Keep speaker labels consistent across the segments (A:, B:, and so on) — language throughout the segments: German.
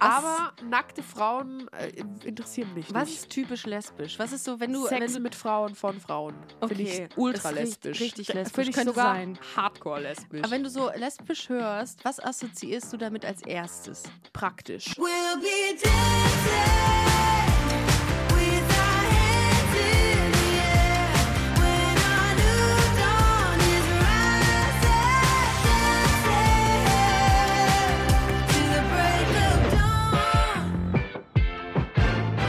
A: Aber nackte Frauen äh, interessieren mich
B: Was
A: nicht.
B: ist typisch lesbisch? Was ist so, wenn du.
A: Sex
B: wenn du
A: mit Frauen von Frauen. Finde
B: Okay,
A: ich ultra
B: ist richtig-
A: lesbisch.
B: richtig
A: Da-
B: lesbisch.
A: Finde ich
B: Könnte
A: sogar
B: sein.
A: hardcore lesbisch.
B: aber wenn du so lesbisch hörst, was assoziierst du damit als erstes?
A: praktisch.
C: We'll be dancing with our hands in the air when our new dawn is rising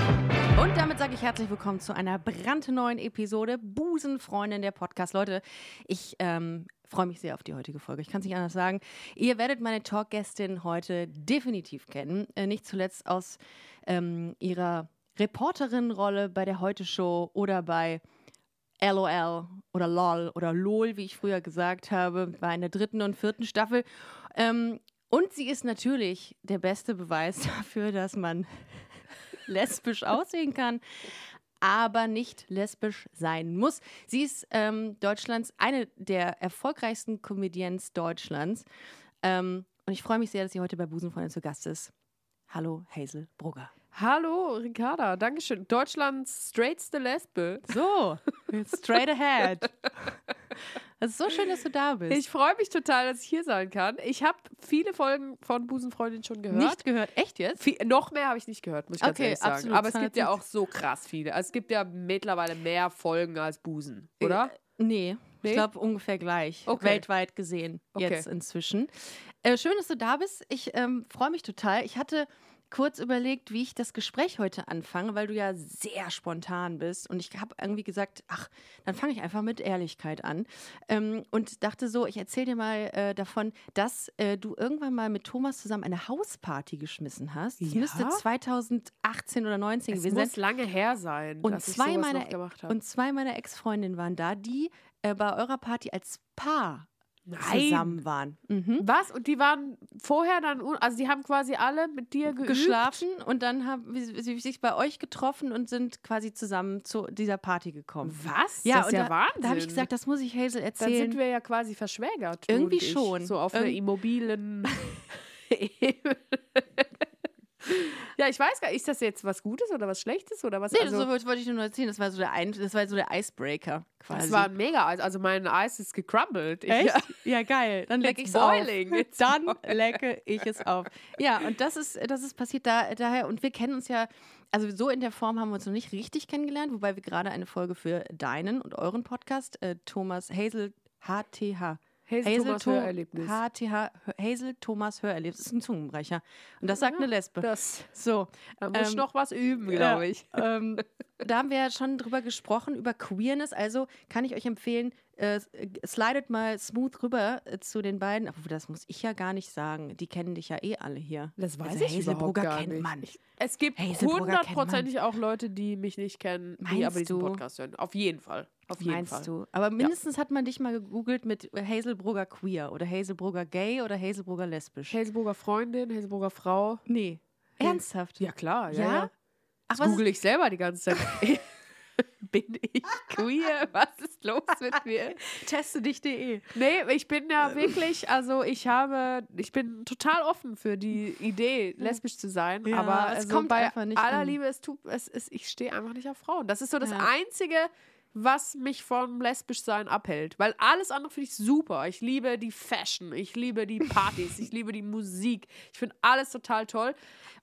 C: to the break of dawn.
B: Und damit sage ich herzlich willkommen zu einer brandneuen Episode Busenfreundin der Podcast. Leute, ich ähm, freue mich sehr auf die heutige Folge. Ich kann es nicht anders sagen. Ihr werdet meine Talkgästin heute definitiv kennen. Äh, nicht zuletzt aus ähm, ihrer Reporterin-Rolle bei der Heute-Show oder bei LOL oder LOL oder LOL, wie ich früher gesagt habe, bei einer dritten und vierten Staffel. Ähm, und sie ist natürlich der beste Beweis dafür, dass man lesbisch aussehen kann, aber nicht lesbisch sein muss. Sie ist ähm, Deutschlands, eine der erfolgreichsten Comedians Deutschlands. Ähm, und ich freue mich sehr, dass sie heute bei Busenfreundin zu Gast ist. Hallo, Hazel Brugger.
A: Hallo, Ricarda, Dankeschön. Deutschlands straightste Lesbe.
B: So, straight ahead. Es ist so schön, dass du da bist.
A: Ich freue mich total, dass ich hier sein kann. Ich habe viele Folgen von Busenfreundin schon gehört.
B: nicht gehört. Echt jetzt?
A: Viel, noch mehr habe ich nicht gehört, muss ich ganz
B: Okay,
A: ehrlich sagen.
B: absolut,
A: Aber es gibt ja
B: 250.
A: auch so krass viele. Also es gibt ja mittlerweile mehr Folgen als Busen,
B: Äh,
A: oder?
B: Nee.
A: Nee?
B: Ich glaube ungefähr gleich,
A: Okay.
B: weltweit gesehen,
A: Okay.
B: jetzt inzwischen. Äh, schön, dass du da bist. Ich ähm, freue mich total. Ich hatte kurz überlegt, wie ich das Gespräch heute anfange, weil du ja sehr spontan bist. Und ich habe irgendwie gesagt, ach, dann fange ich einfach mit Ehrlichkeit an. Ähm, und dachte so, ich erzähle dir mal äh, davon, dass äh, du irgendwann mal mit Thomas zusammen eine Hausparty geschmissen hast. Das
A: Ja?
B: müsste 2018 oder 19
A: Es
B: gewesen sein.
A: muss lange her sein,
B: Und
A: dass
B: zwei
A: ich sowas
B: meiner-
A: noch gemacht habe.
B: Und zwei meiner Ex-Freundinnen waren da, die äh, bei eurer Party als Paar zusammen waren. Mhm.
A: Was? Und die waren vorher dann, un- also die haben quasi alle mit dir geübt?
B: Geschlafen und dann haben sie sie sich bei euch getroffen und sind quasi zusammen zu dieser Party gekommen.
A: Was?
B: Ja,
A: das ist
B: und
A: ja Wahnsinn.
B: Da habe ich gesagt, das muss ich Hazel
A: dann
B: erzählen.
A: sind wir ja quasi verschwägert. du
B: Irgendwie
A: und ich.
B: schon.
A: So auf einer
B: Irgend-
A: immobilen Ebene. ja, ich weiß gar nicht, ist das jetzt was Gutes oder was Schlechtes oder was?
B: nee,
A: also,
B: so wollte wollte ich nur erzählen. Das war so der, Ein das war so der Icebreaker quasi.
A: das war ein mega Eis. Also mein Eis ist gecrumbled. Ich,
B: Ja, ja, geil. Dann lecke ich
A: It's
B: es auf.
A: boiling. It's
B: Dann lecke ich es auf. Ja, und das ist, das ist passiert da, daher. Und wir kennen uns ja, also so in der Form haben wir uns noch nicht richtig kennengelernt, wobei wir gerade eine Folge für deinen und euren Podcast, äh, Thomas Hazel HTH.
A: Hazel, Thomas
B: Tho-
A: Hörerlebnis.
B: HTH, Hazel Thomas Hörerlebnis. Das ist ein Zungenbrecher. Und das sagt eine Lesbe.
A: Das,
B: So.
A: da muss ich
B: Ähm,
A: noch was üben,
B: ja.
A: glaube ich.
B: ähm, da haben wir ja schon drüber gesprochen, über Queerness. Also kann ich euch empfehlen, äh, slidet mal smooth rüber äh, zu den beiden. Aber das muss ich ja gar nicht sagen. Die kennen dich ja eh alle hier.
A: Das weiß
B: also
A: ich überhaupt
B: Hazelbrugger
A: gar
B: kennt
A: nicht.
B: man.
A: Es gibt
B: Hazelbrugger kennt man.
A: hundertprozentig auch Leute, die mich nicht kennen, die
B: Meinst
A: aber diesen
B: du?
A: Podcast hören. Auf jeden Fall. Auf jeden
B: Meinst
A: Fall.
B: du? Aber mindestens hat man dich mal gegoogelt mit äh, Hazelbrugger queer oder Hazelbrugger gay oder Hazelbrugger lesbisch.
A: Hazelburger Freundin, Hazelburger Frau.
B: nee. Ernsthaft?
A: Ja, klar. Ja?
B: Ja?
A: ja.
B: Ach,
A: Das
B: was
A: google ich selber die ganze Zeit. bin ich queer? Was ist los mit mir?
B: ist teste eh. dich.de?
A: Nee, ich bin ja wirklich, also ich habe, ich bin total offen für die Idee, lesbisch zu sein,
B: Ja,
A: aber
B: es
A: also
B: kommt
A: bei
B: einfach nicht
A: aller
B: an.
A: Liebe, es tut, es ist, ich stehe einfach nicht auf Frauen. Das ist so das
B: Ja.
A: Einzige, was mich vom lesbisch sein abhält, weil alles andere finde ich super. Ich liebe die Fashion, ich liebe die Partys, ich liebe die Musik, ich finde alles total toll,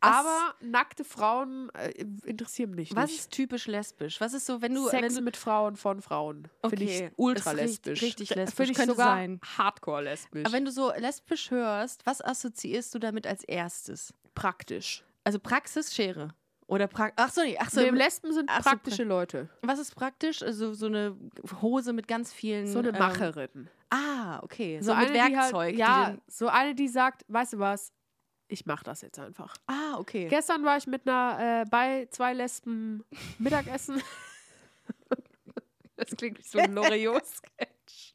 B: Was-
A: aber nackte Frauen äh, interessieren mich
B: Was
A: nicht.
B: ist typisch lesbisch? Was ist so, wenn du, wenn
A: Sex
B: du
A: mit Frauen von Frauen. Finde ich
B: Okay.
A: ultra
B: Ist
A: lesbisch.
B: richtig- richtig
A: Da-
B: lesbisch.
A: Finde ich
B: Könnte
A: sogar
B: sein.
A: hardcore lesbisch.
B: Aber wenn du so lesbisch hörst, was assoziierst du damit als erstes?
A: praktisch.
B: Also Praxisschere oder pra Ach so, nee, ach so,
A: nee, Lesben sind
B: Ach so,
A: praktische Leute.
B: was ist praktisch? Also so eine Hose mit ganz vielen
A: So eine
B: ähm,
A: Macherin.
B: ah, okay, so, mit
A: eine, die
B: Werkzeug.
A: Halt,
B: die
A: ja,
B: den-
A: so eine, die sagt, weißt du was, ich mach das jetzt einfach.
B: ah, okay.
A: Gestern war ich mit einer, äh, bei zwei Lesben Mittagessen. das klingt wie so ein Loriot-Sketch.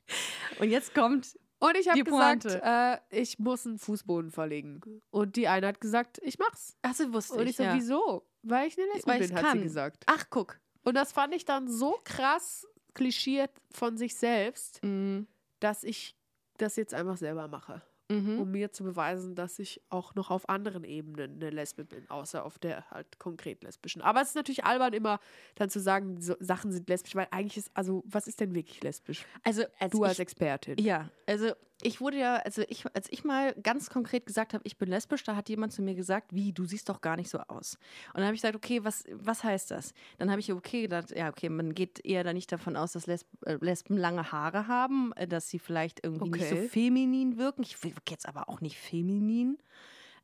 B: Und jetzt kommt
A: Und ich
B: Die
A: habe gesagt,
B: Pointe.
A: äh, ich muss einen Fußboden verlegen. Und die eine hat gesagt, ich mach's.
B: Ach so, wusste
A: Und ich so,
B: ja.
A: wieso? Weil ich eine Lesbe
B: Weil ich's
A: bin, hat
B: kann.
A: sie gesagt.
B: Ach, guck.
A: Und das fand ich dann so krass klischiert von sich selbst,
B: Mm.
A: dass ich das jetzt einfach selber mache.
B: Mhm.
A: um mir zu beweisen, dass ich auch noch auf anderen Ebenen eine Lesbe bin, außer auf der halt konkret lesbischen. Aber es ist natürlich albern, immer dann zu sagen, so, Sachen sind lesbisch, weil eigentlich ist, also, was ist denn wirklich lesbisch?
B: Also als
A: Du als
B: ich,
A: Expertin.
B: ja, also ich wurde ja, also ich, als ich mal ganz konkret gesagt habe, ich bin lesbisch, da hat jemand zu mir gesagt, wie, du siehst doch gar nicht so aus. Und dann habe ich gesagt, okay, was, was heißt das? Dann habe ich, okay, gedacht, ja, okay, man geht eher da nicht davon aus, dass Lesb äh, Lesben lange Haare haben, äh, dass sie vielleicht irgendwie nicht so
A: Okay.
B: feminin wirken. Ich wirke jetzt aber auch nicht feminin.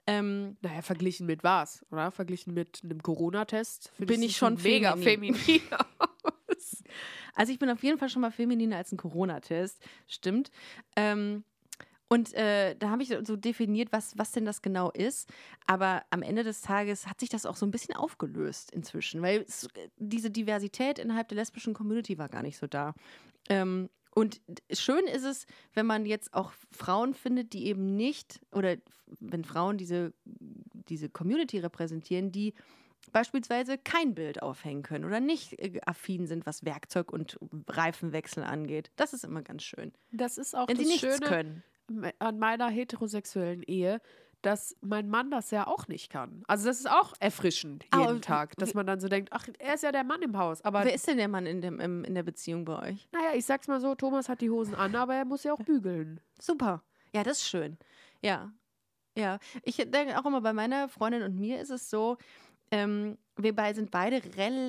B: Ähm,
A: Naja, verglichen mit was, oder? Verglichen mit einem Corona-Test finde
B: Bin
A: ich
B: ich
A: sie
B: schon
A: mega
B: feminin.
A: feminin. aus.
B: Also ich bin auf jeden Fall schon mal femininer als ein Corona-Test, stimmt. Ähm, und äh, da habe ich so definiert, was, was denn das genau ist. Aber am Ende des Tages hat sich das auch so ein bisschen aufgelöst inzwischen, weil es, äh, diese Diversität innerhalb der lesbischen Community war gar nicht so da. Ähm, und d- schön ist es, wenn man jetzt auch Frauen findet, die eben nicht, oder f- wenn Frauen diese, diese Community repräsentieren, die beispielsweise kein Bild aufhängen können oder nicht äh, affin sind, was Werkzeug und Reifenwechsel angeht. Das ist immer ganz schön.
A: Das ist auch
B: wenn sie
A: das
B: nichts
A: Schöne
B: können.
A: me- an meiner heterosexuellen Ehe, dass mein Mann das ja auch nicht kann. Also das ist auch erfrischend jeden
B: Aber w-
A: Tag, dass
B: wie-
A: man dann so denkt, ach, er ist ja der Mann im Haus. Aber
B: Ah, Wer ist denn der Mann in, dem, im, in der Beziehung bei euch?
A: naja, ich sag's mal so, Thomas hat die Hosen an, aber er muss ja auch bügeln.
B: Super. Ja, das ist schön. Ja. Ja. Ich denke auch immer, bei meiner Freundin und mir ist es so, ähm, wir beide sind beide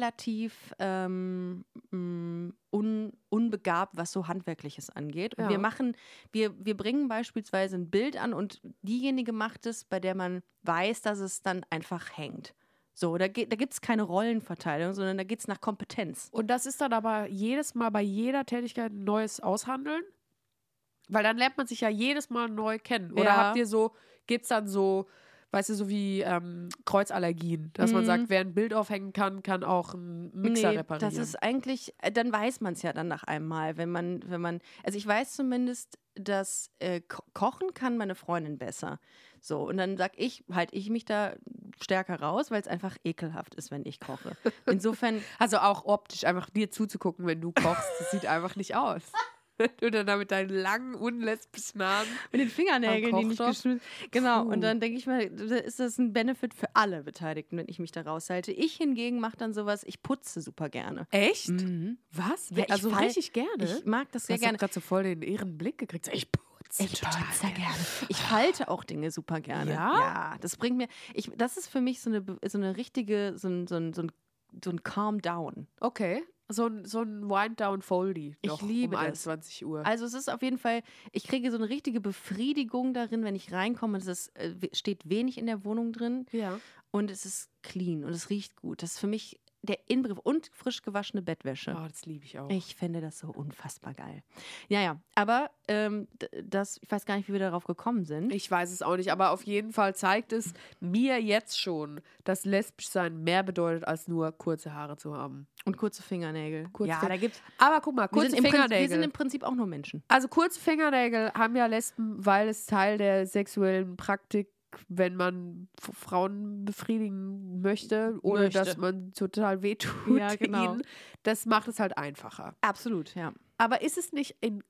B: relativ ähm, mh, un, unbegabt, was so Handwerkliches angeht. Und
A: Ja.
B: wir machen, wir, wir bringen beispielsweise ein Bild an und diejenige macht es, bei der man weiß, dass es dann einfach hängt. So, da, ge- da gibt es keine Rollenverteilung, sondern da geht es nach Kompetenz.
A: Und das ist dann aber jedes Mal bei jeder Tätigkeit ein neues Aushandeln. Weil dann lernt man sich ja jedes Mal neu kennen. Oder
B: Ja.
A: habt ihr so, gibt's dann so, weißt du, so wie ähm, Kreuzallergien, dass man
B: Mhm.
A: sagt, wer ein Bild aufhängen kann, kann auch einen Mixer reparieren.
B: Das ist eigentlich, äh, dann weiß man es ja dann nach einem Mal, wenn man, wenn man, also ich weiß zumindest, dass äh, ko kochen kann meine Freundin besser. So, und dann sag ich, halte ich mich da stärker raus, weil es einfach ekelhaft ist, wenn ich koche. Insofern,
A: also auch optisch, einfach dir zuzugucken, wenn du kochst, das sieht einfach nicht aus. Du dann da mit deinen langen, unlesbischen Haaren.
B: mit den Fingernägeln,
A: Am
B: die nicht
A: Kochtopf?
B: geschnitten Genau,
A: Puh.
B: und dann denke ich mal, da ist das ein Benefit für alle Beteiligten, wenn ich mich da raushalte. Ich hingegen mache dann sowas, ich putze super gerne.
A: Echt?
B: Mhm.
A: Was?
B: Ja, ich
A: also
B: fall-
A: richtig gerne.
B: Ich mag das sehr
A: Hast du
B: gerne.
A: gerade so voll den Ehrenblick gekriegt. Ich putze
B: Ich
A: total
B: putze gerne. Ich falte auch Dinge super gerne.
A: Ja?
B: ja das bringt mir. Ich, das ist für mich so eine, Be- so eine richtige, so ein, so ein, so ein, so ein Calm Down.
A: Okay. So ein, so ein Wind-Down-Foldy.
B: Ich
A: noch
B: liebe
A: um
B: das.
A: 21 Uhr.
B: Also es ist auf jeden Fall, ich kriege so eine richtige Befriedigung darin, wenn ich reinkomme. Es ist, äh, we- steht wenig in der Wohnung drin
A: ja.
B: und es ist clean und es riecht gut. Das ist für mich der Inbegriff und frisch gewaschene Bettwäsche.
A: Oh, das liebe ich auch.
B: Ich finde das so unfassbar geil. Ja, ja. Aber ähm, d- das, ich weiß gar nicht, wie wir darauf gekommen sind.
A: Ich weiß es auch nicht, aber auf jeden Fall zeigt es mir jetzt schon, dass Lesbischsein mehr bedeutet, als nur kurze Haare zu haben.
B: Und kurze Fingernägel.
A: Kurze
B: ja,
A: Fin-
B: da gibt's.
A: Aber guck mal,
B: Wir
A: kurze
B: sind, im Prinzip, wir sind
A: Fingernägel.
B: im Prinzip auch nur Menschen.
A: Also kurze Fingernägel haben ja Lesben, weil es Teil der sexuellen Praktik, wenn man F- Frauen befriedigen möchte, ohne
B: Möchte.
A: dass man total wehtut
B: Ja, genau.
A: ihnen. Das macht es halt einfacher.
B: Absolut, ja.
A: Aber ist es nicht in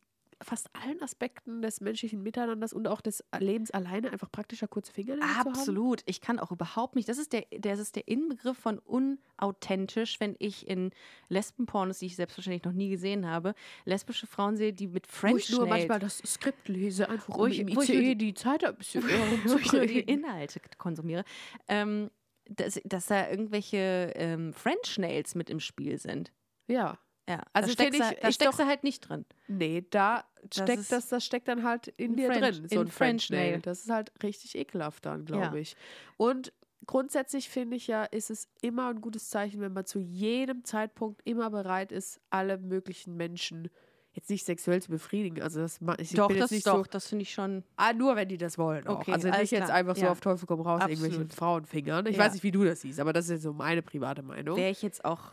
A: fast allen Aspekten des menschlichen Miteinanders und auch des Lebens alleine einfach praktischer, kurze Fingernägel zu haben?
B: Absolut. Ich kann auch überhaupt nicht. Das ist der, das ist der Inbegriff von unauthentisch, wenn ich in Lesbenpornos, die ich selbstverständlich noch nie gesehen habe, lesbische Frauen sehe, die mit
A: Wo
B: French
A: ich nur manchmal
B: Nails,
A: das Skript lese, einfach
B: Wo
A: um
B: ich-
A: im
B: wo ich nur
A: ICE
B: die-
A: die Zeit ein bisschen
B: wo ich nur die
A: herumzukriegen.
B: Inhalte konsumiere, ähm, dass, dass da irgendwelche ähm, French Nails mit im Spiel sind.
A: Ja.
B: Ja,
A: Also
B: da steckst,
A: stell
B: du-
A: dich-
B: da
A: ich
B: steckst du halt nicht drin.
A: Nee, da steckt
B: ist-
A: das, das steckt dann halt in
B: Ein
A: dir
B: French-
A: drin, so
B: in
A: ein French
B: French Nail.
A: Nail. Das ist halt richtig ekelhaft dann,
B: Ja.
A: glaube ich. Und grundsätzlich finde ich ja, ist es immer ein gutes Zeichen, wenn man zu jedem Zeitpunkt immer bereit ist, alle möglichen Menschen jetzt nicht sexuell zu befriedigen. Also das ma- ich bin jetzt nicht so,
B: das finde ich schon.
A: ah, nur wenn die das wollen auch.
B: Okay,
A: also
B: alles
A: nicht jetzt
B: klar.
A: einfach so
B: Ja.
A: auf Teufel komm raus
B: Absolut.
A: irgendwelchen Frauenfingern. Ich
B: Ja.
A: weiß nicht, wie du das siehst, aber das ist jetzt so meine private Meinung.
B: Wäre ich jetzt auch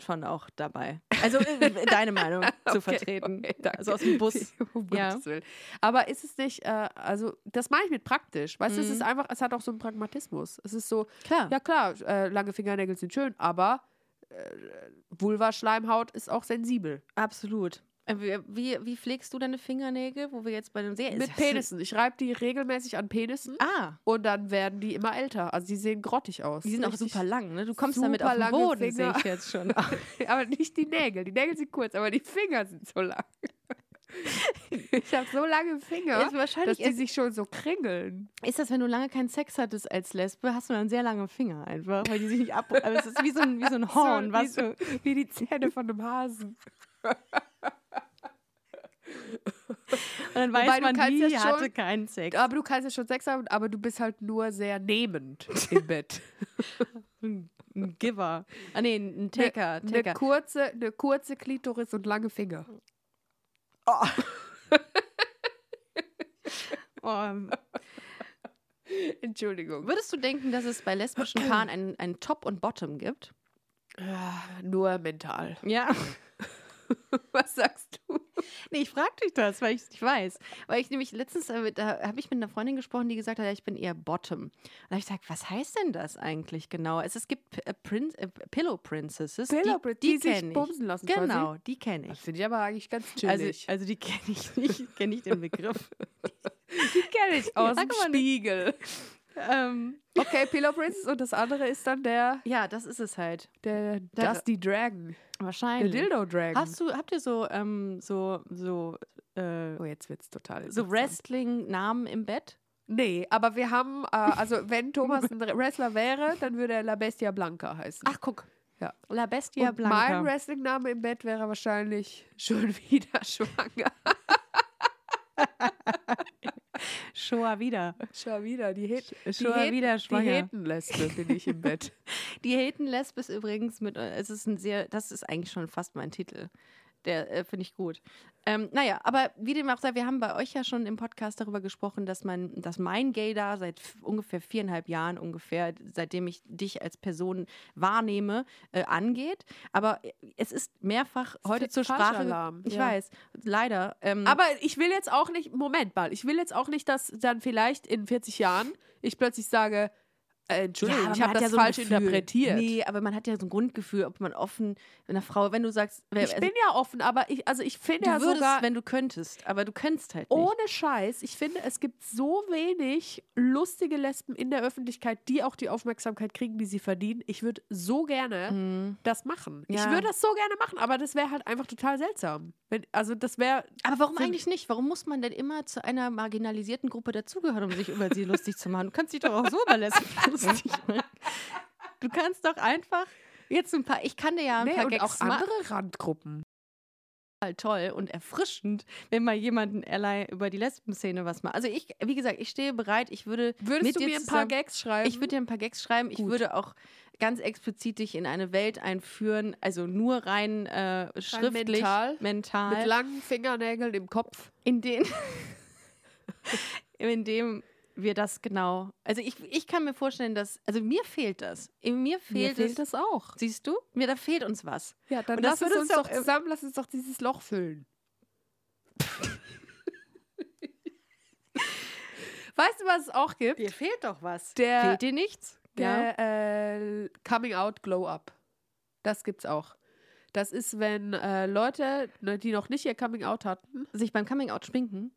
B: schon auch dabei. Also äh, deine Meinung zu
A: Okay,
B: vertreten.
A: okay, danke.
B: also aus dem Bus.
A: um
B: Ja.
A: Gottes Willen. Aber ist es nicht, äh, also das meine ich mit praktisch. Weißt du, es
B: Mhm.
A: ist einfach, es hat auch so einen Pragmatismus. Es ist so,
B: Klar.
A: ja klar, äh, lange Fingernägel sind schön, aber äh, Vulva-Schleimhaut ist auch sensibel.
B: Absolut. Äh, Wie, wie, wie pflegst du deine Fingernägel, wo wir jetzt bei dem See
A: Mit Penissen. Ich reibe die regelmäßig an Penissen
B: Ah,
A: und dann werden die immer älter. Also die sehen grottig aus.
B: die sind auch
A: Richtig-
B: super lang, ne? Du kommst damit auf den
A: superlange
B: Boden, sehe
A: Finger.
B: ich jetzt schon.
A: Aber nicht die Nägel. Die Nägel sind kurz, aber die Finger sind so lang. Ich habe so lange Finger,
B: Ist wahrscheinlich
A: dass die
B: erst-
A: sich schon so kringeln.
B: Ist das, wenn du lange keinen Sex hattest als Lesbe, hast du dann sehr lange Finger einfach, weil die sich nicht ab... Also es ist wie so ein, wie so ein Horn,
A: wie
B: was
A: so-
B: du...
A: Wie die Zähne von einem Hasen.
B: Und dann
A: Wobei,
B: weiß
A: du
B: man,
A: kannst
B: die
A: ja schon-
B: hatte keinen Sex.
A: Aber du kannst ja schon Sex haben, aber du bist halt nur sehr nehmend im Bett.
B: Ein ein Giver. Ah nee, ein Taker.
A: Eine
B: Taker.
A: kurze, eine kurze Klitoris und lange Finger.
B: Oh,
A: Entschuldigung.
B: Würdest du denken, dass es bei lesbischen Paaren einen, einen Top und Bottom gibt?
A: Ah, nur mental.
B: Ja.
A: Was sagst du?
B: Nee, ich frage dich das, weil ich es nicht weiß. Weil ich nämlich letztens, äh, da habe ich mit einer Freundin gesprochen, die gesagt hat, ja, ich bin eher Bottom. Und da habe ich gesagt, was heißt denn das eigentlich genau? Es, es gibt äh, Prin äh, Pillow Princesses.
A: Pillow
B: die,
A: Prin-
B: die
A: die sich
B: kenn ich.
A: bumsen lassen quasi?
B: Genau, die kenne
A: Das
B: ich.
A: finde ich aber eigentlich ganz
B: Also,
A: chillig.
B: also die kenne ich nicht, kenne ich den Begriff.
A: die kenne ich aus
B: Ja,
A: dem
B: kann man nicht.
A: Spiegel.
B: ähm,
A: Okay, Pillow Princess und das andere ist dann der,
B: ja, das ist es halt.
A: der Dusty Dragon. Der
B: Wahrscheinlich.
A: Dildo Dragon.
B: Hast du, habt ihr so, ähm, so, so, äh,
A: oh, jetzt wird's total
B: so
A: interessant.
B: Wrestling-Namen im Bett?
A: Nee, aber wir haben, äh, also wenn Thomas ein Wrestler wäre, dann würde er La Bestia Blanca heißen.
B: Ach, guck.
A: Ja.
B: La Bestia
A: Und
B: Blanca.
A: Mein Wrestling-Name im Bett wäre wahrscheinlich schon wieder schwanger.
B: Shoah wieder.
A: Schon wieder, die, Hit
B: schon wieder
A: Die
B: schwanger.
A: Hetenlesbe bin ich im Bett.
B: Die Haten Lesb ist übrigens mit, äh, es ist ein sehr, das ist eigentlich schon fast mein Titel. Der äh, finde ich gut. Ähm, naja, aber wie dem auch sei, wir haben bei euch ja schon im Podcast darüber gesprochen, dass mein, dass mein Gay da seit f- ungefähr viereinhalb Jahren ungefähr, seitdem ich dich als Person wahrnehme, äh, angeht. Aber äh, es ist mehrfach heute
A: ist
B: zur Sprache.
A: Falschalarm,
B: Ich
A: ja.
B: weiß, leider. Ähm,
A: Aber ich will jetzt auch nicht, Moment mal, ich will jetzt auch nicht, dass dann vielleicht in 40 Jahren ich plötzlich sage, äh, Entschuldigung,
B: aber
A: ich
B: man
A: habe das
B: hat ja so ein
A: falsch
B: Gefühl.
A: interpretiert.
B: Nee, aber man hat ja so ein Grundgefühl, ob man offen einer Frau, wenn du sagst, wer- also
A: Ich bin ja offen, aber ich, also ich finde
B: äh, du
A: ja
B: würdest,
A: sogar,
B: wenn du könntest, aber du könntest halt nicht.
A: ohne Scheiß, ich finde, es gibt so wenig lustige Lesben in der Öffentlichkeit, die auch die Aufmerksamkeit kriegen, die sie verdienen. Ich würde so gerne
B: ne?
A: das machen.
B: Mhm. Ja.
A: Ich würde das so gerne machen, aber das wäre halt einfach total seltsam. Wenn, also das wäre,
B: Aber warum
A: Für-
B: eigentlich nicht? Warum muss man denn immer zu einer marginalisierten Gruppe dazugehören, um sich über sie lustig zu machen? Du kannst dich doch auch so über Lesben lustig machen. Du kannst doch einfach jetzt ein paar, ich kann dir ja Ah, ein
A: nee,
B: paar
A: und
B: Gags
A: auch
B: machen.
A: andere Randgruppen.
B: total halt toll und erfrischend, wenn mal jemanden allein über die Lesben-Szene was macht. Also ich, wie gesagt, ich stehe bereit. Ich würde
A: Würdest
B: mit
A: du
B: dir
A: mir ein paar
B: zusammen-
A: Gags schreiben?
B: Ich würde dir ein paar Gags schreiben. Ich
A: Gut.
B: würde auch ganz explizit dich in eine Welt einführen, also nur rein äh, schriftlich,
A: mental? mit
B: mental
A: langen Fingernägeln im Kopf.
B: in den in dem wir das genau. Also ich, ich kann mir vorstellen, dass also mir fehlt das. In mir fehlt, es.
A: das auch.
B: Siehst du? Mir da fehlt uns was.
A: Ja, dann
B: Und das
A: lass es
B: würdest
A: uns
B: du auch
A: doch
B: im-
A: zusammen, lass uns doch dieses Loch füllen. weißt du, was es auch gibt?
B: Dir fehlt doch was.
A: Der-
B: fehlt dir nichts?
A: Der äh, Coming Out Glow Up. Das gibt's auch. Das ist, wenn äh, Leute, ne, die noch nicht ihr Coming Out hatten,
B: Sich beim Coming Out schminken.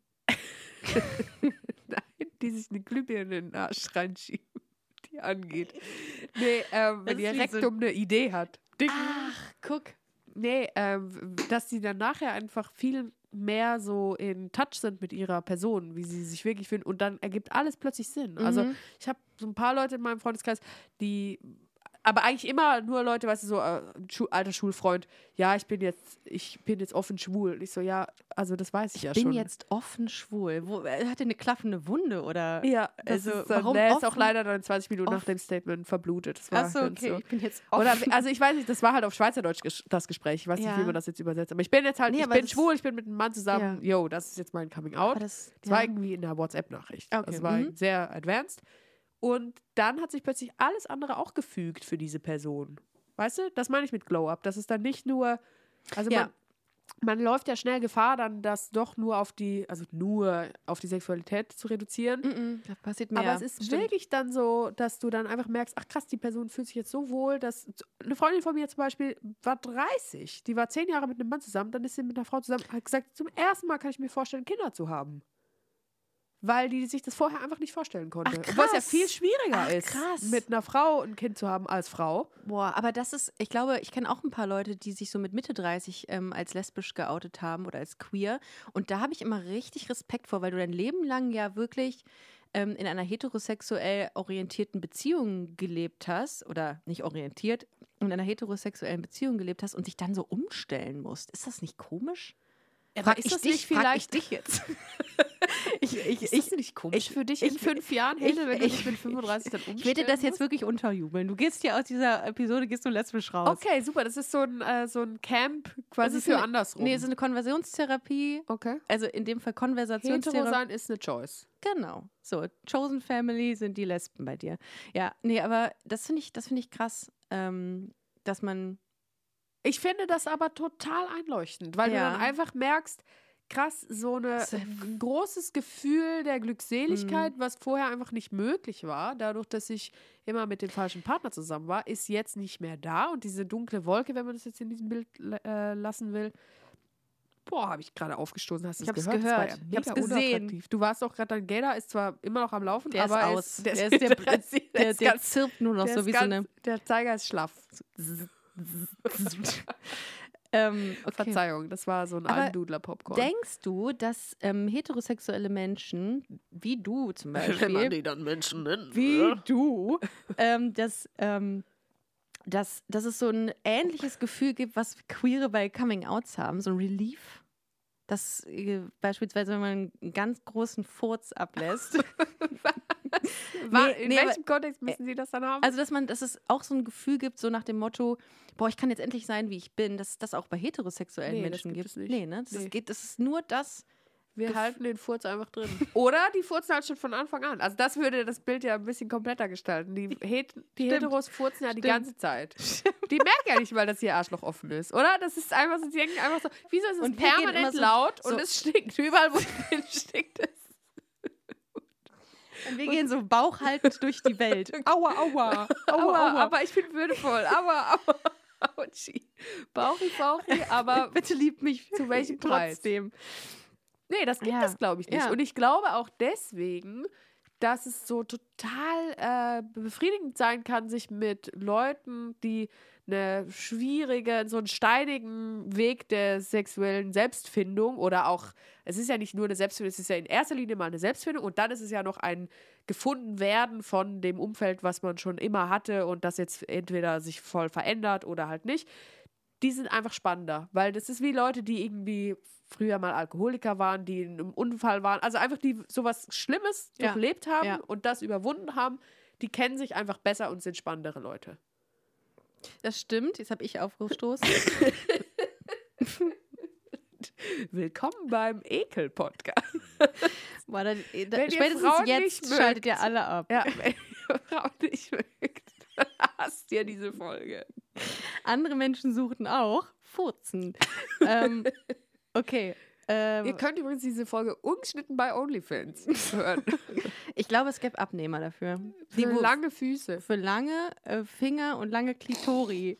A: Nein, die sich eine Glühbirne in den Arsch reinschieben, die angeht. Nee, ähm,
B: Das
A: wenn
B: ist
A: ihr
B: wie so-
A: Rektum eine Idee hat. Ding.
B: Ach, guck.
A: Nee, ähm, dass sie dann nachher einfach viel mehr so in Touch sind mit ihrer Person, wie sie sich wirklich fühlen. Und dann ergibt alles plötzlich Sinn. Also
B: Mhm.
A: ich habe so ein paar Leute in meinem Freundeskreis, die aber eigentlich immer nur Leute, weißt du, so äh, Schu alter Schulfreund, ja, ich bin jetzt, ich bin jetzt offen schwul. Und ich so, ja, also das weiß ich, ja
B: bin
A: schon.
B: jetzt offen schwul. Wo, er hatte eine klaffende Wunde oder?
A: Ja,
B: Also,
A: also ist dann,
B: warum
A: der ist auch
B: offen-
A: leider dann 20 Minuten nach
B: offen-
A: dem Statement verblutet. Das war
B: Achso,
A: dann
B: okay. Ich bin jetzt
A: So.
B: offen.
A: Oder, also ich weiß nicht, das war halt auf Schweizerdeutsch ges das Gespräch. Ich weiß
B: Ja.
A: nicht, wie man das jetzt übersetzt. Aber ich bin jetzt halt,
B: Nee,
A: ich
B: aber
A: bin
B: das-
A: schwul, ich bin mit einem Mann zusammen. Yo, das ist jetzt mein Coming Out.
B: Aber
A: Das,
B: das,
A: war
B: ja.
A: irgendwie in einer WhatsApp-Nachricht.
B: Okay,
A: Das war
B: mhm.
A: sehr advanced. Und dann hat sich plötzlich alles andere auch gefügt für diese Person. Weißt du, das meine ich mit Glow Up. Das ist dann nicht nur, also
B: Ja.
A: man, man läuft ja schnell Gefahr, dann das doch nur auf die, also nur auf die Sexualität zu reduzieren.
B: Mhm. Das passiert mehr.
A: Aber es ist
B: Stimmt.
A: wirklich dann so, dass du dann einfach merkst, ach krass, die Person fühlt sich jetzt so wohl, dass eine Freundin von mir zum Beispiel war 30, die war zehn Jahre mit einem Mann zusammen, dann ist sie mit einer Frau zusammen, hat gesagt, zum ersten Mal kann ich mir vorstellen, Kinder zu haben. Weil die sich das vorher einfach nicht vorstellen konnte.
B: Ach,
A: Obwohl es ja
B: krass.
A: viel schwieriger
B: Ach,
A: ist,
B: krass.
A: mit einer Frau ein Kind zu haben als Frau.
B: Boah, aber das ist, ich glaube, ich kenne auch ein paar Leute, die sich so mit Mitte 30 ähm, als lesbisch geoutet haben oder als queer. Und da habe ich immer richtig Respekt vor, weil du dein Leben lang ja wirklich ähm, in einer heterosexuell orientierten Beziehung gelebt hast oder nicht orientiert, in einer heterosexuellen Beziehung gelebt hast und dich dann so umstellen musst. Ist das nicht komisch?
A: Aber ist das nicht
B: frag
A: vielleicht
B: ich dich jetzt.
A: Ich, ich,
B: Ist
A: ich,
B: das nicht komisch
A: ich für dich
B: Ich-
A: in fünf Jahren, Hilde, wenn du
B: ich-
A: dich mit 35 dann umstellst.
B: Ich werde dir das jetzt wirklich unterjubeln. Du gehst hier aus dieser Episode, gehst du lesbisch raus.
A: Okay, super. Das ist so ein, äh, so ein Camp quasi
B: ist
A: für
B: eine-
A: andersrum.
B: Nee, es ist eine Konversionstherapie.
A: okay.
B: Also in dem Fall
A: Hetero
B: Konversationstherapie.
A: sein ist eine Choice.
B: Genau. So, Chosen Family sind die Lesben bei dir. Ja, nee, aber das finde ich, das finde ich krass, ähm, dass man.
A: Ich finde das aber total einleuchtend, weil
B: Ja.
A: du dann einfach merkst, krass, so eine,
B: Das-
A: ein großes Gefühl der
B: Mhm.
A: Glückseligkeit, was vorher einfach nicht möglich war, dadurch, dass ich immer mit dem falschen Partner zusammen war, ist jetzt nicht mehr da. Und diese dunkle Wolke, wenn man das jetzt in diesem Bild äh, lassen will, boah, habe ich gerade aufgestoßen. Hast du
B: Ich
A: es
B: hab's
A: gehört? Das war
B: gehört.
A: ja
B: Ich hab's
A: mega
B: gesehen.
A: unattraktiv. Du warst auch gerade, dein Gator ist zwar immer noch am Laufen,
B: Der ist
A: aber er
B: aus.
A: der,
B: Der
A: ist,
B: ist- der-
A: der, ist- der
B: Der,
A: ist
B: der
A: ganz
B: zirpt nur noch
A: der
B: so
A: ist
B: wie so
A: ganz,
B: eine.
A: Der Zeiger ist schlaff.
B: ähm, okay.
A: Verzeihung, das war so ein
B: Aber
A: Almdudler-Popcorn.
B: Denkst du, dass ähm, heterosexuelle Menschen, wie du zum Beispiel,
A: dann Menschen nennt. ne?
B: wie du, ähm, dass, ähm, dass, dass es so ein ähnliches Gefühl gibt, was Queere bei Coming-Outs haben, so ein Relief. Dass äh, beispielsweise, wenn man einen ganz großen Furz ablässt, Nee,
A: in
B: nee,
A: welchem Kontext müssen Sie das dann haben?
B: also dass man, dass es auch so ein Gefühl gibt, so nach dem Motto, boah, ich kann jetzt endlich sein, wie ich bin, dass es das auch bei heterosexuellen
A: Nee, das
B: Menschen
A: gibt
B: gibt.
A: es nicht.
B: Nee, ne? Das,
A: Nee.
B: Geht, das ist nur das.
A: wir
B: gef-
A: halten den Furz einfach drin. Oder die furzen halt schon von Anfang an. Also das würde das Bild ja ein bisschen kompletter gestalten. Die, Het die
B: Stimmt.
A: Heteros furzen ja die
B: Stimmt.
A: ganze Zeit. Die merken ja nicht mal, dass ihr Arschloch offen ist, oder? Das ist einfach so, die denken einfach so, wieso ist es
B: Und wir gehen immer
A: permanent
B: so-
A: laut
B: so-
A: und es stinkt überall, wo es hin stinkt. es.
B: Und wir gehen so bauchhaltend durch die Welt.
A: Aua, aua, aua, aber ich bin würdevoll. Aua, aua, autschi. Bauchi, bauchi, aber
B: Bitte liebt mich.
A: Zu welchem Preis?
B: Trotzdem.
A: Nee, das gibt
B: Ja.
A: es, glaube ich, nicht.
B: Ja.
A: Und ich glaube auch deswegen, dass es so total äh, befriedigend sein kann, sich mit Leuten, die eine schwierige, so einen steinigen Weg der sexuellen Selbstfindung oder auch, es ist ja nicht nur eine Selbstfindung, es ist ja in erster Linie mal eine Selbstfindung und dann ist es ja noch ein gefunden werden von dem Umfeld, was man schon immer hatte und das jetzt entweder sich voll verändert oder halt nicht die sind einfach spannender, weil das ist wie Leute, die irgendwie früher mal Alkoholiker waren, die in einem Unfall waren, also einfach die sowas Schlimmes
B: Ja.
A: durchlebt haben
B: Ja.
A: und das überwunden haben, die kennen sich einfach besser und sind spannendere Leute.
B: Das stimmt, jetzt habe ich aufgestoßen.
A: Willkommen beim Ekel-Podcast.
B: Boah, dann, äh, da,
A: Wenn ihr
B: spätestens
A: Frauen
B: jetzt
A: nicht mögt.
B: schaltet ihr alle ab.
A: Ja, wenn ihr Frau nicht mögt, hast ihr diese Folge.
B: Andere Menschen suchten auch Furzen. ähm, okay.
A: Ihr
B: Ähm,
A: könnt übrigens diese Folge ungeschnitten bei OnlyFans hören.
B: ich glaube, es gäbe Abnehmer dafür.
A: Die
B: wo-
A: lange Füße.
B: für lange äh, Finger und lange Klitori.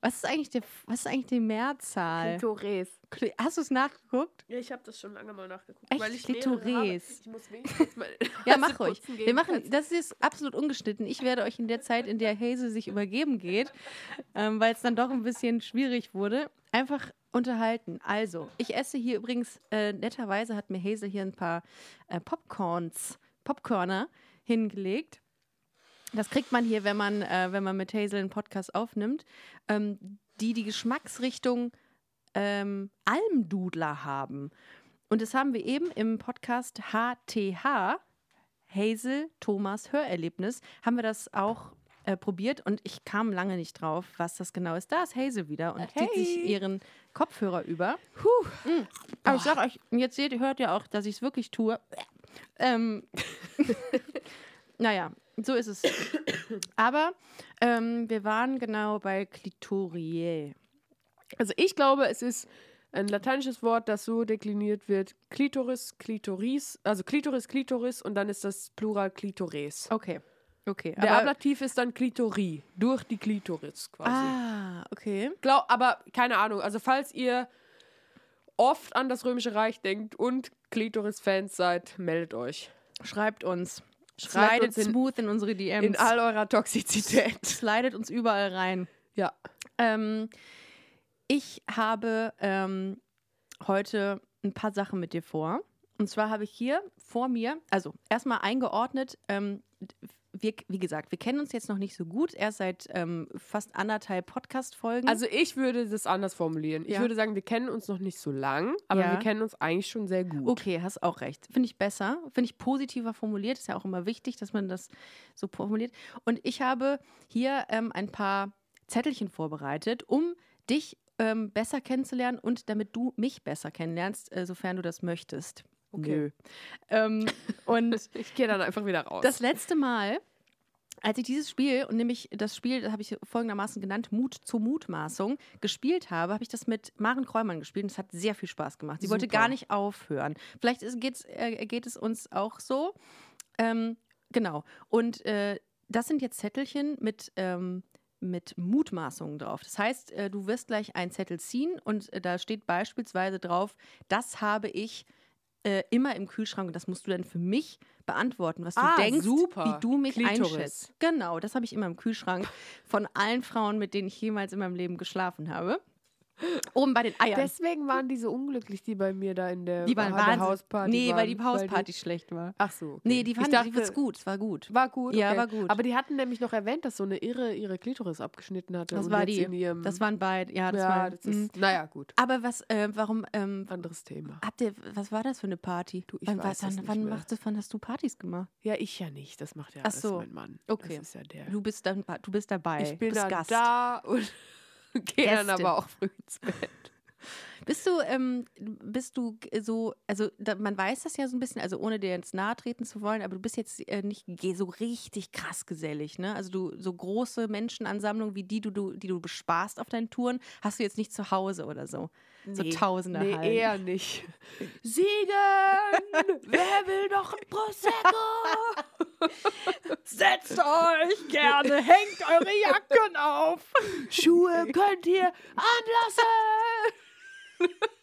B: Was ist eigentlich, der, was ist eigentlich die Mehrzahl?
A: Klitoris.
B: Kli- Hast du es nachgeguckt?
A: Ja, ich habe das schon lange mal nachgeguckt.
B: Echt?
A: Weil ich
B: Klitoris.
A: mehrere habe. Ich muss wenigstens mal
B: Ja,
A: Nase
B: mach ruhig.
A: putzen gehen.
B: Wir machen, das ist jetzt absolut ungeschnitten. Ich werde euch in der Zeit, in der Hazel sich übergeben geht, ähm, weil es dann doch ein bisschen schwierig wurde, einfach unterhalten. Also, ich esse hier übrigens, äh, netterweise hat mir Hazel hier ein paar äh, Popcorns, Popcorner hingelegt. Das kriegt man hier, wenn man, äh, wenn man mit Hazel einen Podcast aufnimmt, ähm, die die Geschmacksrichtung ähm, Almdudler haben. Und das haben wir eben im Podcast HTH, Hazel Thomas Hörerlebnis, haben wir das auch äh, probiert und ich kam lange nicht drauf, was das genau ist. Da ist Hazel wieder und zieht sich
A: Hey.
B: ihren Kopfhörer über. Mm.
A: Puh.
B: Aber ich sag euch, jetzt seht, hört ihr auch, dass ich es wirklich tue. Ähm, naja, so ist es. Aber ähm, wir waren genau bei Klitorie.
A: Also ich glaube, es ist Ein lateinisches Wort, das so dekliniert wird: Klitoris, Klitoris, also Klitoris, Klitoris und dann ist das Plural Klitores.
B: Okay. Okay.
A: Der Ablativ ist dann Klitorie, durch die Klitoris quasi.
B: ah, okay.
A: Glaub, aber keine Ahnung. Also, falls ihr oft an das Römische Reich denkt und Klitoris-Fans seid, meldet euch.
B: Schreibt uns.
A: Schreibt
B: Slidet
A: uns in-
B: smooth in unsere DMs.
A: In all eurer Toxizität.
B: Slidet uns überall rein.
A: Ja.
B: Ähm, ich habe ähm, heute ein paar Sachen mit dir vor. Und zwar habe ich hier vor mir, also erstmal eingeordnet, ähm, wir, wie gesagt, wir kennen uns jetzt noch nicht so gut, erst seit ähm, fast anderthalb Podcast-Folgen.
A: Also, ich würde das anders formulieren. Ich
B: Ja.
A: würde sagen, wir kennen uns noch nicht so lang, aber
B: Ja.
A: wir kennen uns eigentlich schon sehr gut.
B: Okay, hast auch recht. Finde ich besser. Finde ich positiver formuliert. Ist ja auch immer wichtig, dass man das so formuliert. Und ich habe hier ähm, ein paar Zettelchen vorbereitet, um dich ähm, besser kennenzulernen und damit du mich besser kennenlernst, äh, sofern du das möchtest.
A: Okay.
B: Nö. Ähm, und
A: Ich gehe dann einfach wieder raus.
B: das letzte Mal, als ich dieses Spiel, und nämlich das Spiel, das habe ich folgendermaßen genannt, Mut zur Mutmaßung, gespielt habe, habe ich das mit Maren Kräumann gespielt und es hat sehr viel Spaß gemacht. Sie wollte
A: Super.
B: gar nicht aufhören. Vielleicht ist, geht's, äh, geht es uns auch so. Ähm, genau. Und äh, das sind jetzt Zettelchen mit. Ähm, mit Mutmaßungen drauf. Das heißt, äh, du wirst gleich einen Zettel ziehen und äh, da steht beispielsweise drauf, das habe ich äh, immer im Kühlschrank und das musst du dann für mich beantworten, was du
A: Ah,
B: denkst,
A: super.
B: wie du mich
A: Klitoris.
B: einschätzt. Genau, das habe ich immer im Kühlschrank von allen Frauen, mit denen ich jemals in meinem Leben geschlafen habe. Oben bei den Eiern.
A: Deswegen waren die so unglücklich, die bei mir da in der,
B: die waren
A: an der
B: Wahnsinn.
A: äh, Hausparty.
B: Nee,
A: waren,
B: weil die Hausparty schlecht war.
A: Ach so. Okay.
B: Nee, die
A: Ich
B: fanden
A: dachte,
B: die fand's gut, es war gut.
A: War gut.
B: Ja,
A: okay.
B: war gut.
A: Aber die hatten nämlich noch erwähnt, dass so eine Irre ihre Klitoris abgeschnitten hatte.
B: Das
A: und
B: war
A: jetzt
B: die.
A: In ihrem,
B: Das waren beide. Ja, das
A: ja,
B: war.
A: das
B: mm.
A: ist, naja, gut.
B: Aber was, äh, warum, ähm,
A: Anderes Thema.
B: habt ihr, was war das für eine Party?
A: Du, ich
B: wann,
A: weiß
B: was-
A: das
B: wann,
A: nicht
B: wann,
A: mehr.
B: macht das, wann hast du Partys gemacht?
A: Ja, ich ja nicht. Das macht ja
B: Ach
A: alles
B: so.
A: mein Mann.
B: Okay.
A: Das ist ja der.
B: Du bist, dann, du bist dabei.
A: ich bin
B: bist
A: dann
B: Gast.
A: da und gehe dann
B: Gästin.
A: aber auch früh ins Bett.
B: Bist du, ähm, bist du g- so, also da, man weiß das ja so ein bisschen, also ohne dir jetzt nahe treten zu wollen, aber du bist jetzt äh, nicht ge- so richtig krass gesellig, ne? Also du, so große Menschenansammlungen wie die, du, du, die du besparst auf deinen Touren, hast du jetzt nicht zu Hause oder so. So Tausender
A: Nee,
B: halt.
A: eher nicht. Siegen! Wer will noch ein Prosecco?
B: Setzt euch gerne, hängt eure Jacken auf.
A: Schuhe könnt ihr anlassen!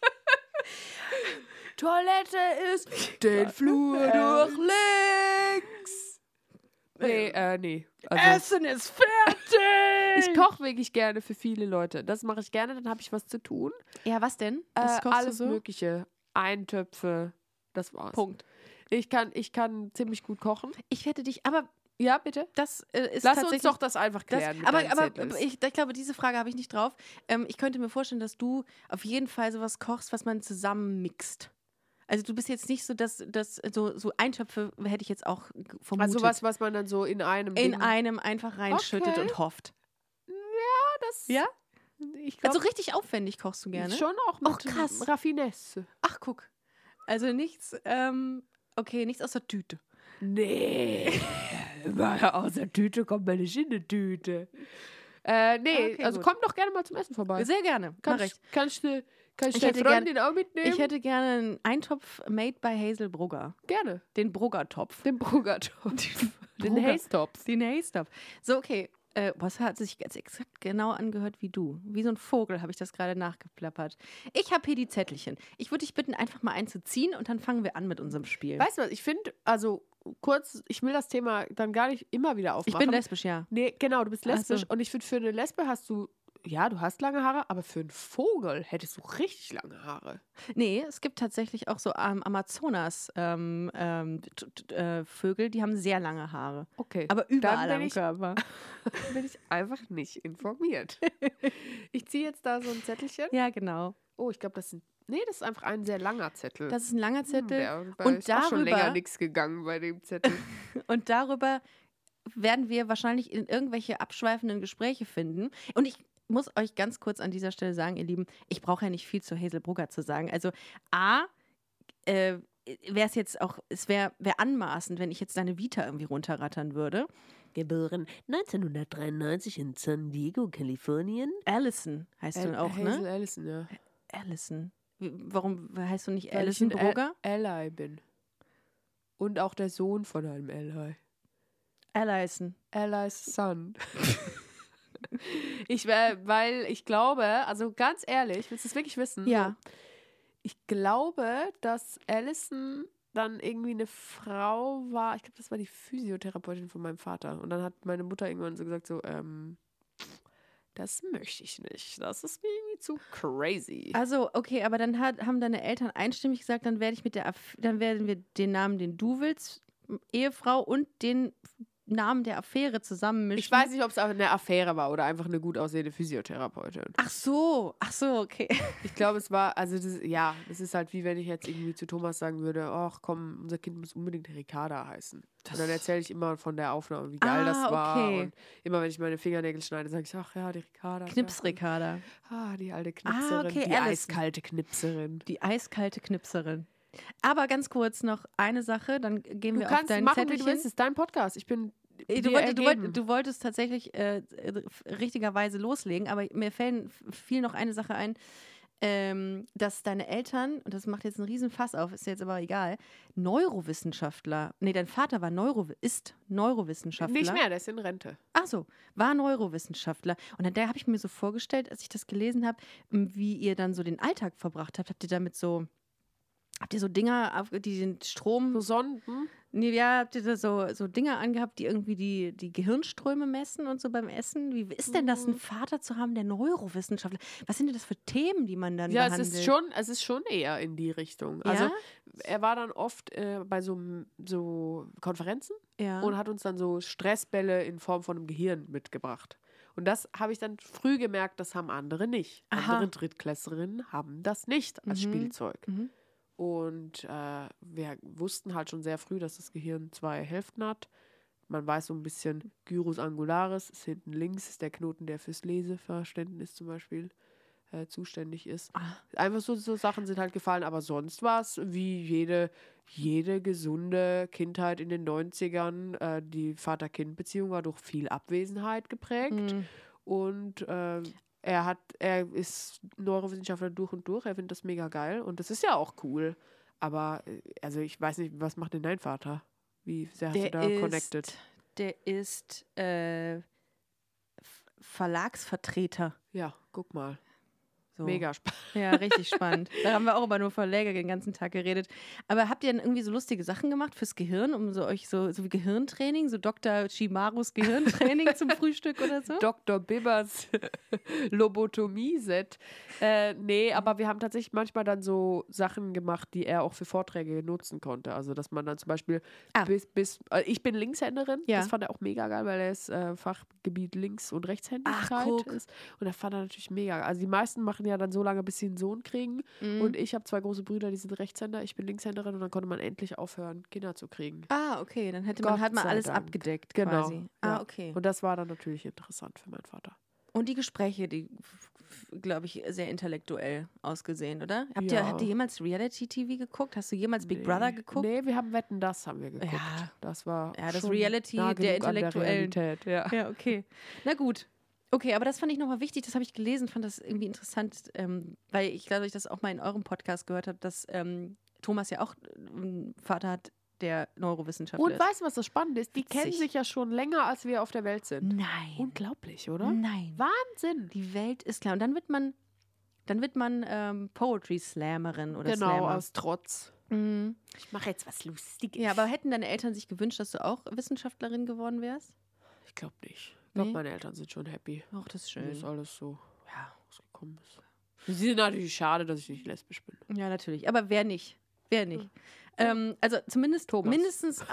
A: Toilette ist den Flur durch links! Nee, äh, nee. Also,
B: Essen ist fertig.
A: ich koche wirklich gerne für viele Leute. Das mache ich gerne, dann habe ich was zu tun.
B: ja, was denn?
A: Äh,
B: Was kochst
A: alles
B: du so?
A: Mögliche. Eintöpfe. Das war's.
B: Punkt.
A: Ich kann, ich kann ziemlich gut kochen.
B: Ich hätte dich, aber
A: Ja, bitte.
B: das äh, ist
A: Lass uns
B: tatsächlich
A: doch das einfach
B: Das,
A: klären. mit
B: aber
A: deinen
B: aber
A: Zetteln.
B: ich, ich glaube, diese Frage habe ich nicht drauf. Ähm, ich könnte mir vorstellen, dass du auf jeden Fall sowas kochst, was man zusammen mixt. Also du bist jetzt nicht so, dass, dass so, so Eintöpfe hätte ich jetzt auch g- vermutet.
A: also was, was man dann so in einem
B: in
A: Ding-
B: einem einfach reinschüttet
A: Okay.
B: und hofft.
A: das,
B: Ja?
A: Ich glaub,
B: Also richtig aufwendig kochst du gerne.
A: Schon auch mit
B: Och, krass.
A: Raffinesse.
B: Ach, guck. Also nichts, ähm, okay, nichts aus der Tüte.
A: Nee. Weil aus der Tüte kommt meine Schindeltüte. Äh, nee,
B: Ah, okay,
A: also
B: gut.
A: komm doch gerne mal zum Essen vorbei.
B: Sehr gerne,
A: Kann
B: mach ich.
A: ich, kann ich, ne, kann ich,
B: Ich
A: deine
B: hätte gern-
A: Freundin auch mitnehmen?
B: Ich hätte gerne einen Eintopf made by Hazel Brugger.
A: gerne
B: Den Brugger-Topf.
A: den Bruggertopf. den
B: Brugger-
A: Haystopf.
B: Die Naystop. So, okay. Äh, was hat sich jetzt exakt genau angehört wie du? Wie so ein Vogel habe ich das gerade nachgeplappert. Ich habe hier die Zettelchen. Ich würde dich bitten, einfach mal einzuziehen und dann fangen wir an mit unserem Spiel.
A: Weißt du was, ich finde, also kurz, ich will das Thema dann gar nicht immer wieder
B: ich
A: aufmachen.
B: bin lesbisch, ja.
A: Nee, genau, du bist
B: Ach
A: lesbisch
B: so.
A: und ich finde, für eine Lesbe hast du, ja, du hast lange Haare, aber für einen Vogel hättest du richtig lange Haare.
B: Nee, es gibt tatsächlich auch so ähm, Amazonas ähm, ähm, t- t- äh, Vögel, die haben sehr lange Haare.
A: Okay.
B: Aber überall
A: bin
B: am
A: ich-
B: Körper.
A: bin ich einfach nicht informiert. Ich ziehe jetzt da so ein Zettelchen.
B: Ja, genau.
A: Oh, ich glaube, das sind. Nee, das ist einfach ein sehr langer Zettel.
B: Das ist ein langer
A: Hm,
B: Zettel.
A: der- bei-
B: Und
A: ist auch schon länger
B: darüber-
A: nichts gegangen bei dem Zettel.
B: Und darüber werden wir wahrscheinlich in irgendwelche abschweifenden Gespräche finden. Und ich muss euch ganz kurz an dieser Stelle sagen, ihr Lieben, ich brauche ja nicht viel zu Hazel Brugger zu sagen. Also A, äh, wäre es jetzt auch, es wäre wär anmaßend, wenn ich jetzt deine Vita irgendwie runterrattern würde.
D: Geboren 1993 in San Diego, Kalifornien.
B: Allison heißt du auch,
A: Äh, Hazel
B: ne?
A: Allison, ja.
B: Allison. Wie- Warum heißt du nicht
A: Weil ich
B: Alison
A: ein Al-
B: Burger?
A: Ally bin. Und auch der Sohn von einem Ally.
B: Alison.
A: Ally's Son. ich wär, weil ich glaube, also ganz ehrlich, willst du es wirklich wissen?
B: Ja.
A: Ich glaube, dass Allison dann irgendwie eine Frau war. Ich glaube, das war die Physiotherapeutin von meinem Vater. Und dann hat meine Mutter irgendwann so gesagt, so, ähm, das möchte ich nicht. Das ist mir irgendwie zu crazy.
B: Also, okay, aber dann hat, haben deine Eltern einstimmig gesagt, dann werde ich mit der Aff- dann werden wir den Namen, den du willst, Ehefrau und den Namen der Affäre zusammenmischen.
A: Ich weiß nicht, ob es eine Affäre war oder einfach eine gut aussehende Physiotherapeutin.
B: Ach so, ach so, okay.
A: Ich glaube, es war, also das, ja, es ist halt wie wenn ich jetzt irgendwie zu Thomas sagen würde, ach komm, unser Kind muss unbedingt Ricarda heißen. und dann erzähle ich immer von der Aufnahme, wie geil das
B: Ah,
A: war.
B: okay.
A: Und immer wenn ich meine Fingernägel schneide, sage ich, ach ja, die Ricarda. Ja.
B: Knipsricarda,
A: Ah, die alte
B: Ah,
A: Knipserin,
B: okay,
A: die
B: Alison.
A: eiskalte Knipserin.
B: die eiskalte Knipserin. Aber ganz kurz noch eine Sache, dann gehen
A: Du
B: wir auf
A: kannst
B: dein
A: machen, wie
B: Zettelchen.
A: du willst, es ist dein Podcast. Ich bin dir
B: Äh, Du, wollt, du,
A: ergeben.
B: wollt, du wolltest tatsächlich äh, äh, richtigerweise loslegen, aber mir fällen, fiel noch eine Sache ein, ähm, dass deine Eltern, und das macht jetzt einen riesen Fass auf, ist jetzt aber egal, Neurowissenschaftler, nee, dein Vater war Neuro, ist Neurowissenschaftler.
A: Nicht mehr, der ist in Rente.
B: Ach so, war Neurowissenschaftler. Und dann, da habe ich mir so vorgestellt, als ich das gelesen habe, m, wie ihr dann so den Alltag verbracht habt. Habt ihr damit so, habt ihr so Dinger, auf- die den Strom...
A: So Sonden.
B: Nee, ja, habt ihr da so, so Dinge angehabt, die irgendwie die, die Gehirnströme messen und so beim Essen? Wie ist denn das, einen Vater zu haben, der Neurowissenschaftler? Was sind denn das für Themen, die man dann
A: Ja, es
B: behandelt?
A: ist, schon, es ist schon eher in die Richtung. Also
B: Ja?
A: er war dann oft äh, bei so, so Konferenzen.
B: ja.
A: und hat uns dann so Stressbälle in Form von einem Gehirn mitgebracht. Und das habe ich dann früh gemerkt, das haben andere nicht.
B: Aha.
A: Andere Drittklässlerinnen haben das nicht als
B: Mhm.
A: Spielzeug.
B: Mhm.
A: Und äh, wir wussten halt schon sehr früh, dass das Gehirn zwei Hälften hat. Man weiß so ein bisschen, Gyrus angularis ist hinten links, ist der Knoten, der fürs Leseverständnis zum Beispiel äh, zuständig ist.
B: Ah.
A: Einfach so, so Sachen sind halt gefallen, aber sonst war es wie jede, jede gesunde Kindheit in den 90ern. Äh, die Vater-Kind-Beziehung war durch viel Abwesenheit geprägt
B: Mhm.
A: und äh, er hat, er ist Neurowissenschaftler durch und durch, er findet das mega geil und das ist ja auch cool. Aber äh, also ich weiß nicht, was macht denn dein Vater? Wie sehr hast du
B: Der
A: da
B: ist,
A: connected?
B: Der ist äh, F- Verlagsvertreter.
A: Ja, guck mal.
B: So.
A: Mega spannend.
B: Ja, richtig spannend. Da haben wir auch über nur Verläge den ganzen Tag geredet. Aber habt ihr dann irgendwie so lustige Sachen gemacht fürs Gehirn, um so euch so, so wie Gehirntraining, so Dr. Shimarus Gehirntraining zum Frühstück oder so?
A: Dr. Bibbers Lobotomie-Set. Äh,
B: Hm.
A: nee, aber wir haben tatsächlich manchmal dann so Sachen gemacht, die er auch für Vorträge nutzen konnte. Also, dass man dann zum Beispiel
B: Ah.
A: bis, bis äh, ich bin Linkshänderin,
B: Ja.
A: das fand er auch mega geil, weil er ist äh, Fachgebiet Links- und
B: Ach,
A: Rechtshändigkeit
B: guck.
A: ist. Und das fand er natürlich mega geil. Also, die meisten machen ja dann so lange, bis sie einen Sohn kriegen.
B: Mhm.
A: Und ich habe zwei große Brüder, die sind Rechtshänder, ich bin Linkshänderin und dann konnte man endlich aufhören, Kinder zu kriegen.
B: Ah, okay, dann hätte man,
A: Gott
B: hat man
A: sei
B: alles
A: Dank.
B: abgedeckt
A: Genau,
B: quasi. Ah,
A: ja.
B: okay.
A: Und das war dann natürlich interessant für meinen Vater.
B: Und die Gespräche, die, glaube ich, sehr intellektuell ausgesehen, oder? Habt, ihr,
A: Ja.
B: habt ihr jemals Reality-TV geguckt? Hast du jemals Big Brother geguckt?
A: Nee, wir haben Wetten, das haben wir geguckt.
B: Ja.
A: Das war
B: Ja, das
A: schon
B: Reality
A: nah
B: der
A: genug an
B: Intellektuellen.
A: Realität, ja.
B: Ja, okay. Na gut. Okay, aber das fand ich nochmal wichtig, das habe ich gelesen, fand das irgendwie interessant, ähm, weil ich glaube, ich das auch mal in eurem Podcast gehört habe, dass ähm, Thomas ja auch einen Vater hat, der Neurowissenschaftler
A: Und
B: ist.
A: weißt du, was das Spannende ist? Die
B: Witzig.
A: kennen sich ja schon länger, als wir auf der Welt sind.
B: Nein.
A: Unglaublich, oder?
B: Nein.
A: Wahnsinn.
B: Die Welt ist klar. Und dann wird man, dann wird man ähm, Poetry Slammerin oder
A: genau,
B: Slammer.
A: aus Trotz.
B: Mhm.
D: Ich mache jetzt was Lustiges.
B: Ja, aber hätten deine Eltern sich gewünscht, dass du auch Wissenschaftlerin geworden wärst?
A: Ich glaube nicht. Ich glaube,
B: Nee.
A: meine Eltern sind schon happy,
B: Ach, das ist
A: dass
B: schön.
A: alles so ja, ausgekommen ist. Sie sind natürlich schade, dass ich nicht lesbisch bin.
B: Mhm. Ja, natürlich. Aber wer nicht? Wer nicht? Ähm, also zumindest
A: Thomas.
B: mindestens.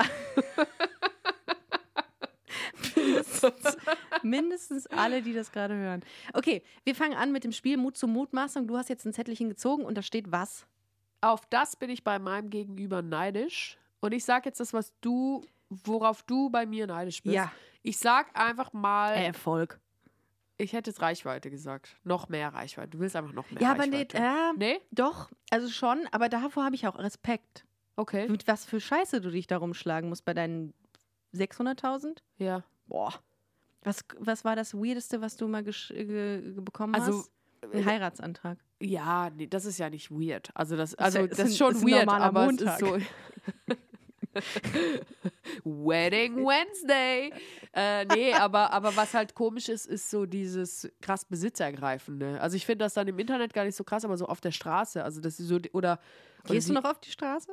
B: mindestens, mindestens alle, die das gerade hören. Okay, wir fangen an mit dem Spiel Mut zur Mutmaßung. Du hast jetzt ein Zettelchen gezogen und da steht was?
A: Auf das bin ich bei meinem Gegenüber neidisch. Und ich sage jetzt das, was du, worauf du bei mir neidisch bist. Ich sag einfach mal.
B: Äh, Erfolg.
A: Ich hätte jetzt Reichweite gesagt. Noch mehr Reichweite. Du willst einfach noch mehr
B: Ja, aber nee,
A: Reichweite.
B: äh,
A: nee?
B: doch, also schon, aber davor habe ich auch Respekt.
A: Okay.
B: Mit was für Scheiße du dich da rumschlagen musst bei deinen 600.000?
A: Ja.
B: Boah. Was, was war das Weirdeste, was du mal gesch- ge ge bekommen
A: Also,
B: hast? Ein Heiratsantrag.
A: Ja, nee, das ist ja nicht weird. Also das, also
B: ja-
A: das
B: ist
A: ist
B: ein-
A: schon
B: ist ein
A: weird,
B: normaler
A: aber
B: Montag.
A: es ist so. Wedding Wednesday. Äh, nee, aber, aber was halt komisch ist, ist so dieses krass Besitzergreifende. Also ich finde das dann im Internet gar nicht so krass, aber so auf der Straße. Also das ist so, die- oder. oder
B: Gehst du
A: die-
B: noch auf die Straße?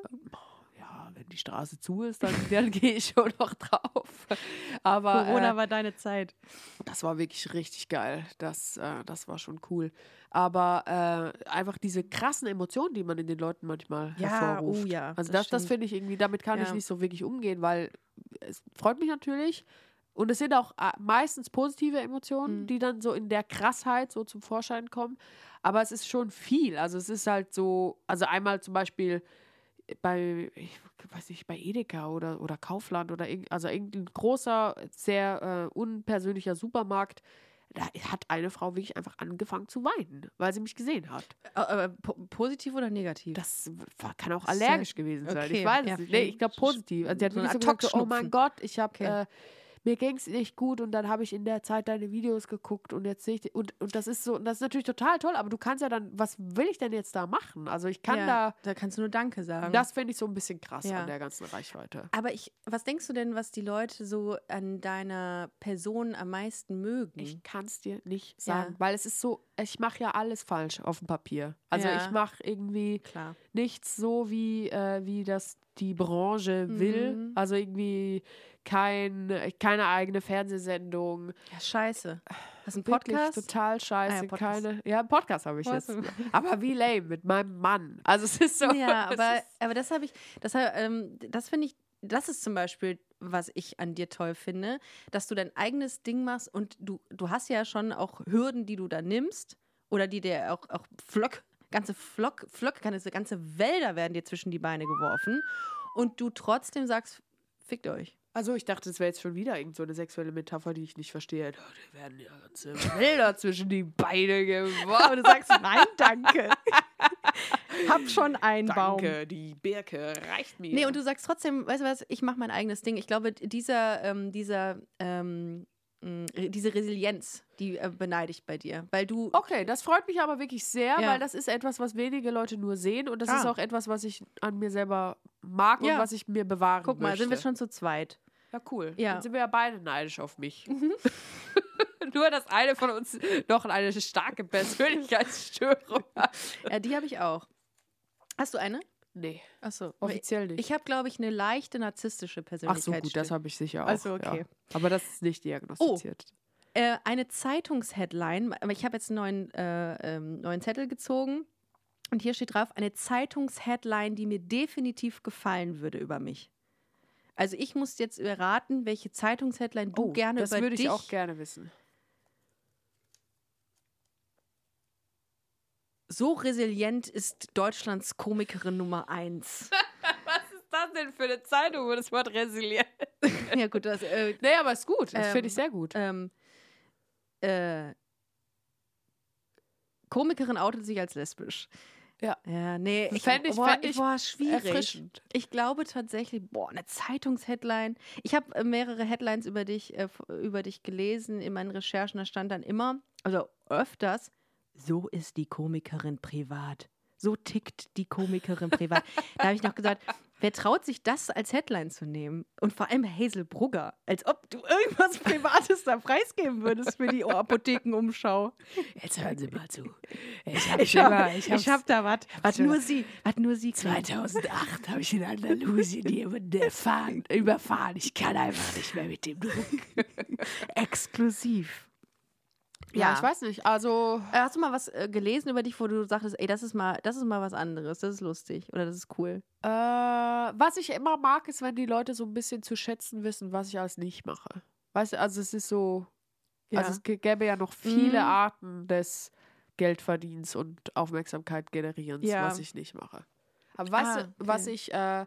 A: Ja, wenn die Straße zu ist, dann, dann gehe ich schon noch drauf. Aber äh,
B: war deine Zeit.
A: das war wirklich richtig geil. Das, äh, das war schon cool. Aber äh, einfach diese krassen Emotionen, die man in den Leuten manchmal
B: Ja,
A: hervorruft.
B: oh ja,
A: Also das,
B: das
A: das,
B: stimmt.
A: finde ich irgendwie, damit kann ich
B: Ja.
A: nicht so wirklich umgehen, weil es freut mich natürlich. Und es sind auch äh, meistens positive Emotionen,
B: Mhm.
A: die dann so in der Krassheit so zum Vorschein kommen. Aber es ist schon viel. Also es ist halt so, also einmal zum Beispiel bei, ich weiß nicht, bei Edeka oder, oder Kaufland oder irg- also irgendein großer, sehr äh, unpersönlicher Supermarkt, da hat eine Frau wirklich einfach angefangen zu weinen, weil sie mich gesehen hat.
B: Äh, äh, po positiv oder negativ?
A: Das war, kann auch
B: Das ist ja-
A: allergisch gewesen sein.
B: okay,
A: Ich weiß es
B: ja,
A: nicht. Nee, ich glaube
B: vielleicht
A: positiv. Also sie hat
B: so
A: wirklich so
B: ein
A: gesagt, so, oh
B: Ad-hoc-Schnupfen.
A: mein Gott, ich habe,
B: Okay.
A: äh, mir ging es nicht gut und dann habe ich in der Zeit deine Videos geguckt und jetzt sehe ich, die- und, und das ist so, und das ist natürlich total toll, aber du kannst ja dann, was will ich denn jetzt da machen? Also ich kann
B: ja, da kannst du nur Danke
A: da,
B: sagen.
A: das finde ich so ein bisschen krass
B: Ja.
A: an der ganzen Reichweite.
B: aber ich, was denkst du denn, was die Leute so an deiner Person am meisten mögen?
A: Ich kann es dir nicht
B: Ja.
A: sagen, weil es ist so, ich mache ja alles falsch auf dem Papier. Also
B: Ja.
A: ich mache irgendwie
B: Klar.
A: nichts so, wie, äh, wie das die Branche will.
B: Mhm.
A: Also irgendwie kein, keine eigene Fernsehsendung.
B: Ja, scheiße. Hast du einen
A: Äh, Wirklich
B: Podcast?
A: total scheiße.
B: Ah ja, Podcast.
A: keine, ja, einen Podcast habe ich
B: Weißt
A: jetzt.
B: du.
A: Aber wie lame mit meinem Mann. Also es ist so.
B: Ja,
A: es
B: aber,
A: ist,
B: aber das habe ich, das, hab- ähm, das finde ich, das ist zum Beispiel, was ich an dir toll finde, dass du dein eigenes Ding machst und du, du hast ja schon auch Hürden, die du da nimmst oder die dir auch, auch Flock, ganze Flock, Flock, ganze, ganze Wälder werden dir zwischen die Beine geworfen und du trotzdem sagst, fickt euch.
A: also ich dachte, es wäre jetzt schon wieder irgend so eine sexuelle Metapher, die ich nicht verstehe. Ja, Die werden ja ganze Bilder zwischen die Beine geworfen.
B: du sagst, nein, danke. Hab schon einen
A: Danke, die Birke reicht mir.
B: Nee, und du sagst trotzdem, weißt du was, ich mache mein eigenes Ding. Ich glaube, dieser, ähm, dieser, ähm, mh, re- diese Resilienz, die äh, beneide ich bei dir. Weil du.
A: Okay, das freut mich aber wirklich sehr,
B: Ja.
A: weil das ist etwas, was wenige Leute nur sehen und das
B: Ah.
A: ist auch etwas, was ich an mir selber mag
B: Ja.
A: und was ich mir bewahren
B: guck mal,
A: möchte.
B: sind wir schon zu zweit.
A: Ja, cool.
B: Ja. Mhm.
A: Dann sind wir ja beide neidisch auf mich. nur, dass eine von uns noch eine starke Persönlichkeitsstörung hat.
B: Ja, die habe ich auch. Hast du eine?
A: Nee,
B: Achso.
A: offiziell nicht.
B: Ich habe, glaube ich, eine leichte narzisstische
A: Ach
B: Persönlichkeit.
A: so, gut, das habe ich sicher auch.
B: Ach so, Also, okay.
A: Ja. Aber das ist nicht diagnostiziert.
B: Äh, eine Zeitungsheadline, aber ich habe jetzt einen neuen, äh, ähm, neuen Zettel gezogen. Und hier steht drauf, eine Zeitungsheadline, die mir definitiv gefallen würde über mich. Also ich muss jetzt erraten, welche Zeitungsheadline du gerne
A: Oh, das
B: über
A: würde
B: dich...
A: ich auch gerne wissen.
B: so resilient ist Deutschlands Komikerin Nummer eins.
A: Was ist das denn für eine Zeitung, wo das Wort resilient
B: ja gut, das... Äh,
A: Nee, aber ist gut. Das
B: Ähm,
A: finde ich sehr gut.
B: ähm, äh, Komikerin outet sich als lesbisch.
A: Ja.
B: Ja, nee.
A: Fänd ich-
B: äh, boah,
A: fänd ich
B: boah, schwierig.
A: Erfrischend.
B: Ich glaube tatsächlich, boah, eine Zeitungsheadline. Ich habe äh, mehrere Headlines über dich, äh, f- über dich gelesen in meinen Recherchen. Da stand dann immer, also öfters, so ist die Komikerin privat. So tickt die Komikerin privat. da habe ich noch gesagt, wer traut sich das als Headline zu nehmen? Und vor allem Hazel Brugger, als ob du irgendwas Privates da preisgeben würdest für die Apothekenumschau.
A: Jetzt hören Sie mal zu. Ich
B: Ich habe hab da was. Was
A: schon-
B: nur sie, was nur sie kriegt.
A: 2008 habe ich in Andalusien jemanden erfahren, überfahren. Ich kann einfach nicht mehr mit dem Druck.
B: exklusiv.
A: Ja, ich weiß nicht. Also,
B: Äh, Hast du mal was äh, gelesen über dich, wo du sagtest, ey, das ist mal, das ist mal was anderes, das ist lustig oder das ist cool?
A: äh, was ich immer mag, ist, wenn die Leute so ein bisschen zu schätzen wissen, was ich alles nicht mache. Weißt du, also es ist so, also es g- gäbe ja noch viele
B: Mhm.
A: Arten des Geldverdienens und Aufmerksamkeit generierens,
B: Ja.
A: was ich nicht mache. Aber weißt
B: Ah,
A: du, was
B: okay.
A: ich, äh,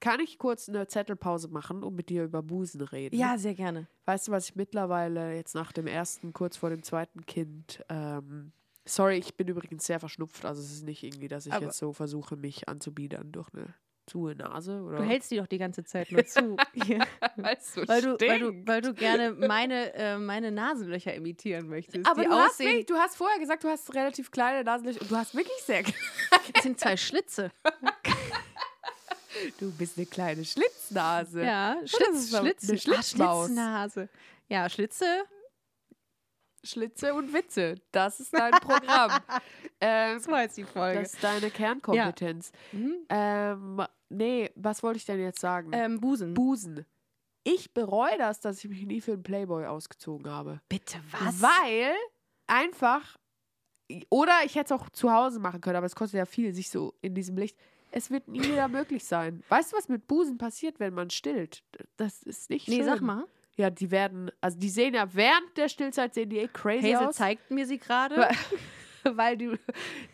A: kann ich kurz eine Zettelpause machen und mit dir über Busen reden?
B: ja, sehr gerne.
A: Weißt du, was ich mittlerweile jetzt nach dem ersten, kurz vor dem zweiten Kind, ähm, sorry, ich bin übrigens sehr verschnupft, also es ist nicht irgendwie, dass ich
B: Aber-
A: jetzt so versuche, mich anzubiedern durch eine zu Nase oder.
B: Du hältst die doch die ganze Zeit nur zu. Hier.
A: Weil's so
B: Weil du, weil, du,
A: stinkt.
B: weil du gerne meine, äh, meine Nasenlöcher imitieren möchtest.
A: aber
B: die
A: du hast,
B: aussehen,
A: wirklich, du hast vorher gesagt, du hast relativ kleine Nasenlöcher und du hast wirklich sehr
B: das sind zwei Schlitze.
A: Du bist eine kleine Schlitznase.
B: Ja,
A: das
B: Schlitz,
A: ist aber
B: Schlitz,
A: eine Schlitznaus.
B: Schlitznase. Ja, Schlitze.
A: Schlitze und Witze. Das ist dein Programm. ähm,
B: Das war jetzt die Folge.
A: das ist deine Kernkompetenz.
B: Mhm.
A: Ähm, nee, was wollte ich denn jetzt sagen?
B: ähm, Busen.
A: Busen. Ich bereue das, dass ich mich nie für einen Playboy ausgezogen habe.
B: Bitte
A: Weil einfach, oder ich hätte es auch zu Hause machen können, aber es kostet ja viel, sich so in diesem Licht. Es wird nie wieder möglich sein. Weißt du, was mit Busen passiert, wenn man stillt? Das ist nicht
B: Nee,
A: schön.
B: sag mal.
A: Ja, die werden, also die sehen ja während der Stillzeit sehen die eh crazy
B: Hazel
A: aus.
B: zeigt mir sie gerade.
A: Weil- Weil die,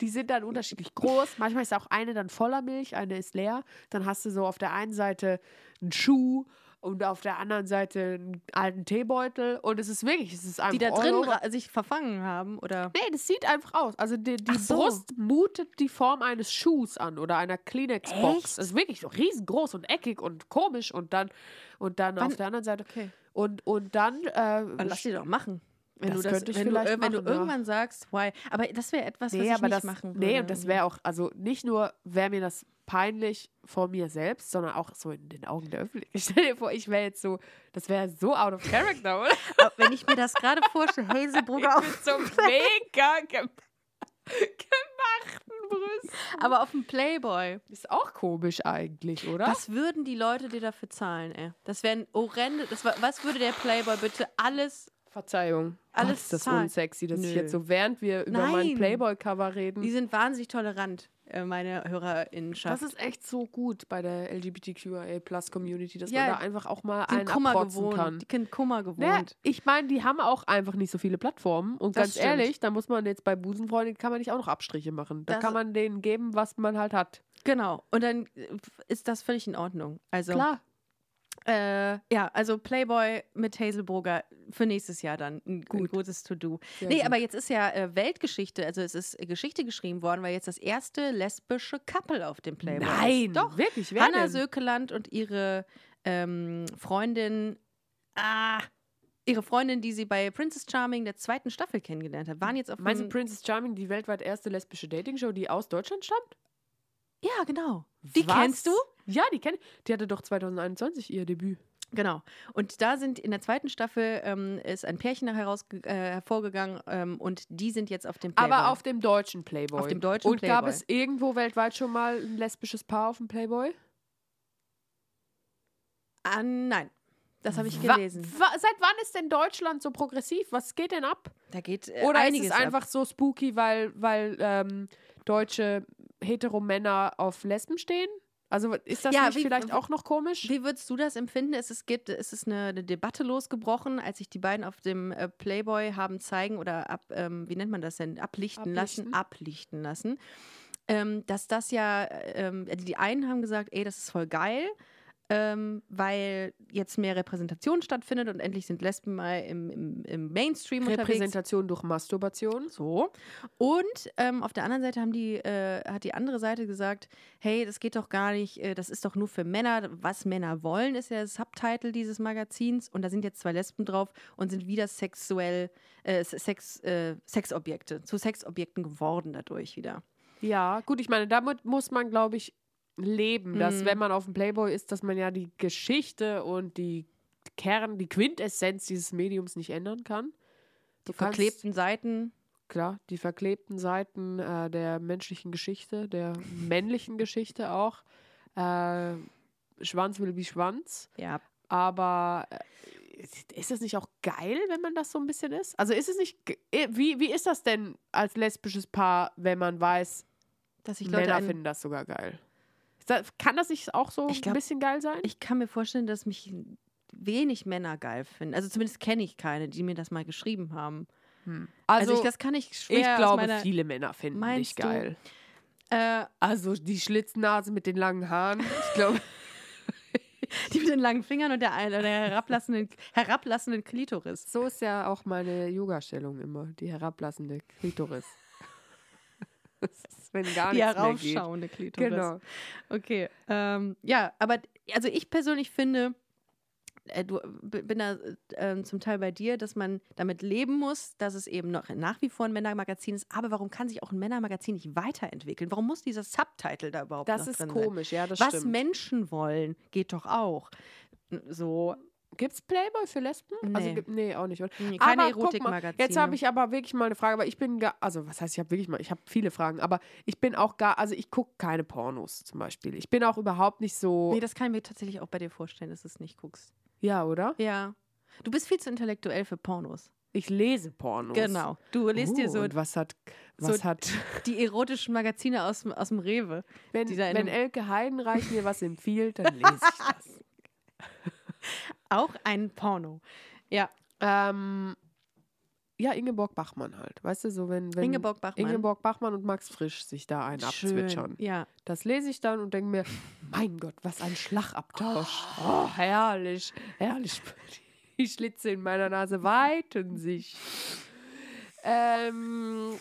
A: die sind dann unterschiedlich groß. Manchmal ist auch eine dann voller Milch, eine ist leer. Dann hast du so auf der einen Seite einen Schuh und auf der anderen Seite einen alten Teebeutel. Und es ist wirklich, es ist einfach.
B: Die da
A: all
B: drin
A: over.
B: ra- sich verfangen haben. Oder
A: Nee, das sieht einfach aus. Also die, die
B: Ach so.
A: Brust mutet die Form eines Schuhs an oder einer Kleenex-Box. Das ist wirklich so riesengroß und eckig und komisch. Und dann, und dann
B: Wann-
A: auf der anderen Seite.
B: Okay.
A: Und, und dann. Äh,
B: Dann lass die doch machen. Wenn
A: Das
B: du das,
A: könnte ich
B: wenn, du,
A: vielleicht
B: äh, wenn du
A: machen, ja.
B: irgendwann sagst, why. Aber das wäre etwas, was ich nicht
A: das,
B: machen würde.
A: Nee, und das wäre auch, also nicht nur wäre mir das peinlich vor mir selbst, sondern auch so in den Augen der Öffentlichkeit. Stell dir vor, ich wäre jetzt so, das wäre so out of character, oder?
B: Aber Äh, wenn ich mir das gerade vorstelle, Hazelbrugger
A: Mit
B: auf,
A: so mega gem gemachten Brüsten.
B: aber auf dem Playboy.
A: Ist auch komisch eigentlich, oder?
B: Was würden die Leute dir dafür zahlen, ey? Das wären horrende. Das war, was würde der Playboy bitte alles.
A: Verzeihung.
B: Alles
A: Gott, ist das
B: zahlt.
A: unsexy, dass
B: Nö.
A: ich jetzt so, während wir über mein
B: Nein.
A: Playboy-Cover reden.
B: Die sind wahnsinnig tolerant, äh, meine
A: das
B: HörerInnenschaft.
A: ist echt so gut bei der LGBTQIA-Plus-Community, dass
B: Ja,
A: man da einfach auch mal
B: die sind
A: einen
B: Kummer
A: abrotzen
B: gewohnt.
A: kann.
B: Die sind Kummer gewohnt.
A: Naja, Ne, ich meine, die haben auch einfach nicht so viele Plattformen. Und
B: Das
A: ganz
B: stimmt.
A: ehrlich, da muss man jetzt bei Busenfreundin, kann man nicht auch noch Abstriche machen. Da
B: Das-
A: kann man denen geben, was man halt hat.
B: Genau. Und dann äh, ist das völlig in Ordnung. Also,
A: Klar.
B: Äh, ja, also Playboy mit Hazelburger für nächstes Jahr dann. Ein, ein
A: Gut.
B: gutes To-Do.
A: Sehr
B: Nee,
A: gut.
B: aber jetzt ist ja äh, Weltgeschichte, also es ist äh, Geschichte geschrieben worden, weil jetzt das erste lesbische Couple auf dem Playboy ist. Doch.
A: wirklich. Wer
B: Hannah
A: denn?
B: Sökeland und ihre ähm, Freundin, ah, ihre Freundin, die sie bei Princess Charming der zweiten Staffel kennengelernt hat, waren jetzt auf
A: Meinst du
B: dem-
A: Princess Charming, die weltweit erste lesbische Dating-Show, die aus Deutschland stammt?
B: Ja, genau. Die
A: Was?
B: kennst du?
A: Ja, die kenne ich. Die hatte doch 2021 ihr Debüt.
B: Genau. Und da sind in der zweiten Staffel ähm, ist ein Pärchen nachher heraus, äh, hervorgegangen ähm, und die sind jetzt auf dem Playboy.
A: Aber auf dem deutschen Playboy.
B: Auf dem deutschen
A: Und gab
B: Playboy.
A: es irgendwo weltweit schon mal ein lesbisches Paar auf dem Playboy?
B: ah, nein, das habe ich
A: Wa-
B: gelesen.
A: wa- seit wann ist denn Deutschland so progressiv? Was geht denn ab?
B: Da geht äh,
A: Oder ist
B: einiges
A: es
B: ab.
A: einfach so spooky, weil, weil ähm, deutsche Hetero-Männer auf Lesben stehen? Also ist das
B: Ja,
A: nicht
B: wie-
A: vielleicht auch noch komisch?
B: Wie würdest du das empfinden? Es ist, gibt, es ist eine, eine Debatte losgebrochen, als sich die beiden auf dem äh, Playboy haben zeigen oder ab, ähm, wie nennt man das denn? Ablichten, lassen,
A: Ablichten.
B: ablichten lassen. Ähm, dass das ja, ähm, die die einen haben gesagt, ey, das ist voll geil, ähm, weil jetzt mehr Repräsentation stattfindet und endlich sind Lesben mal im, im, im Mainstream unterwegs.
A: Repräsentation durch Masturbation.
B: So. Und ähm, auf der anderen Seite haben die, äh, hat die andere Seite gesagt, hey, das geht doch gar nicht, äh, das ist doch nur für Männer. Was Männer wollen, ist ja der Subtitle dieses Magazins. Und da sind jetzt zwei Lesben drauf und sind wieder sexuell, äh, Sex, äh, Sexobjekte, zu Sexobjekten geworden dadurch wieder.
A: Ja, gut, ich meine, damit muss man, glaube ich, leben, dass
B: Mhm.
A: wenn man auf dem Playboy ist, dass man ja die Geschichte und die Kern, die Quintessenz dieses Mediums nicht ändern kann. Du
B: Die
A: kannst-
B: verklebten Seiten.
A: Klar, die verklebten Seiten äh, der menschlichen Geschichte, der männlichen Geschichte auch. Äh, Schwanz will wie Schwanz.
B: Ja.
A: Aber äh, ist- ist das nicht auch geil, wenn man das so ein bisschen ist? Also ist es nicht. ge- eh, Wie, wie ist das denn als lesbisches Paar, wenn man weiß,
B: Dass ich Leute
A: Männer
B: ein,
A: finden das sogar geil? Ist das, kann das nicht auch so
B: Ich glaub-
A: ein bisschen geil sein?
B: Ich kann mir vorstellen, dass mich wenig Männer geil finden. Also zumindest kenne ich keine, die mir das mal geschrieben haben. Also, ich, das kann ich schwer
A: ich
B: aus
A: glaube,
B: meiner,
A: viele Männer finden dich
B: Meinst du?
A: geil.
B: äh,
A: Also die Schlitznase mit den langen Haaren. Ich glaube,
B: Die mit den langen Fingern und der, ein- der herablassenden, herablassenden Klitoris.
A: so ist ja auch meine Yoga-Stellung immer. Die herablassende Klitoris. Das ist, wenn gar
B: Die
A: nichts mehr geht.
B: heraufschauende Klitoris.
A: Genau.
B: Okay. Ähm, ja, aber also ich persönlich finde, äh, du, b- bin da äh, zum Teil bei dir, dass man damit leben muss, dass es eben noch nach wie vor ein Männermagazin ist. Aber warum kann sich auch ein Männermagazin nicht weiterentwickeln? Warum muss dieser Subtitle da überhaupt
A: Das
B: noch
A: ist
B: drin
A: komisch, ja, das
B: Sein? Was
A: stimmt.
B: Menschen wollen, geht doch auch. So,
A: Gibt es Playboy für Lesben? Also,
B: Nee.
A: gibt- nee, auch nicht. Oder?
B: nee, keine
A: Aber guck mal,
B: Erotikmagazine.
A: Jetzt habe ich aber wirklich mal eine Frage, aber ich bin, ga- also was heißt, ich habe wirklich mal, ich habe viele Fragen, aber ich bin auch gar, also ich gucke keine Pornos zum Beispiel. Ich bin auch überhaupt nicht so,
B: Nee, das kann ich mir tatsächlich auch bei dir vorstellen, dass du es nicht guckst.
A: ja, oder?
B: Ja. Du bist viel zu intellektuell für Pornos.
A: Ich lese Pornos.
B: Genau. Du liest dir
A: Oh,
B: so
A: und was hat,
B: so-
A: was hat,
B: die erotischen Magazine aus, dem- aus dem Rewe.
A: wenn,
B: die da in
A: wenn
B: einem-
A: Elke Heidenreich mir was empfiehlt, dann lese ich das.
B: Auch ein Porno. Ja,
A: ähm, ja, Ingeborg Bachmann halt, weißt du, so wenn, wenn
B: Ingeborg Bachmann.
A: Ingeborg Bachmann und Max Frisch sich da einen abzwitschern.
B: Ja.
A: Das lese ich dann und denke mir, mein Gott, was ein Schlagabtausch. Oh, herrlich, herrlich. Die Schlitze in meiner Nase weiten sich. Ähm,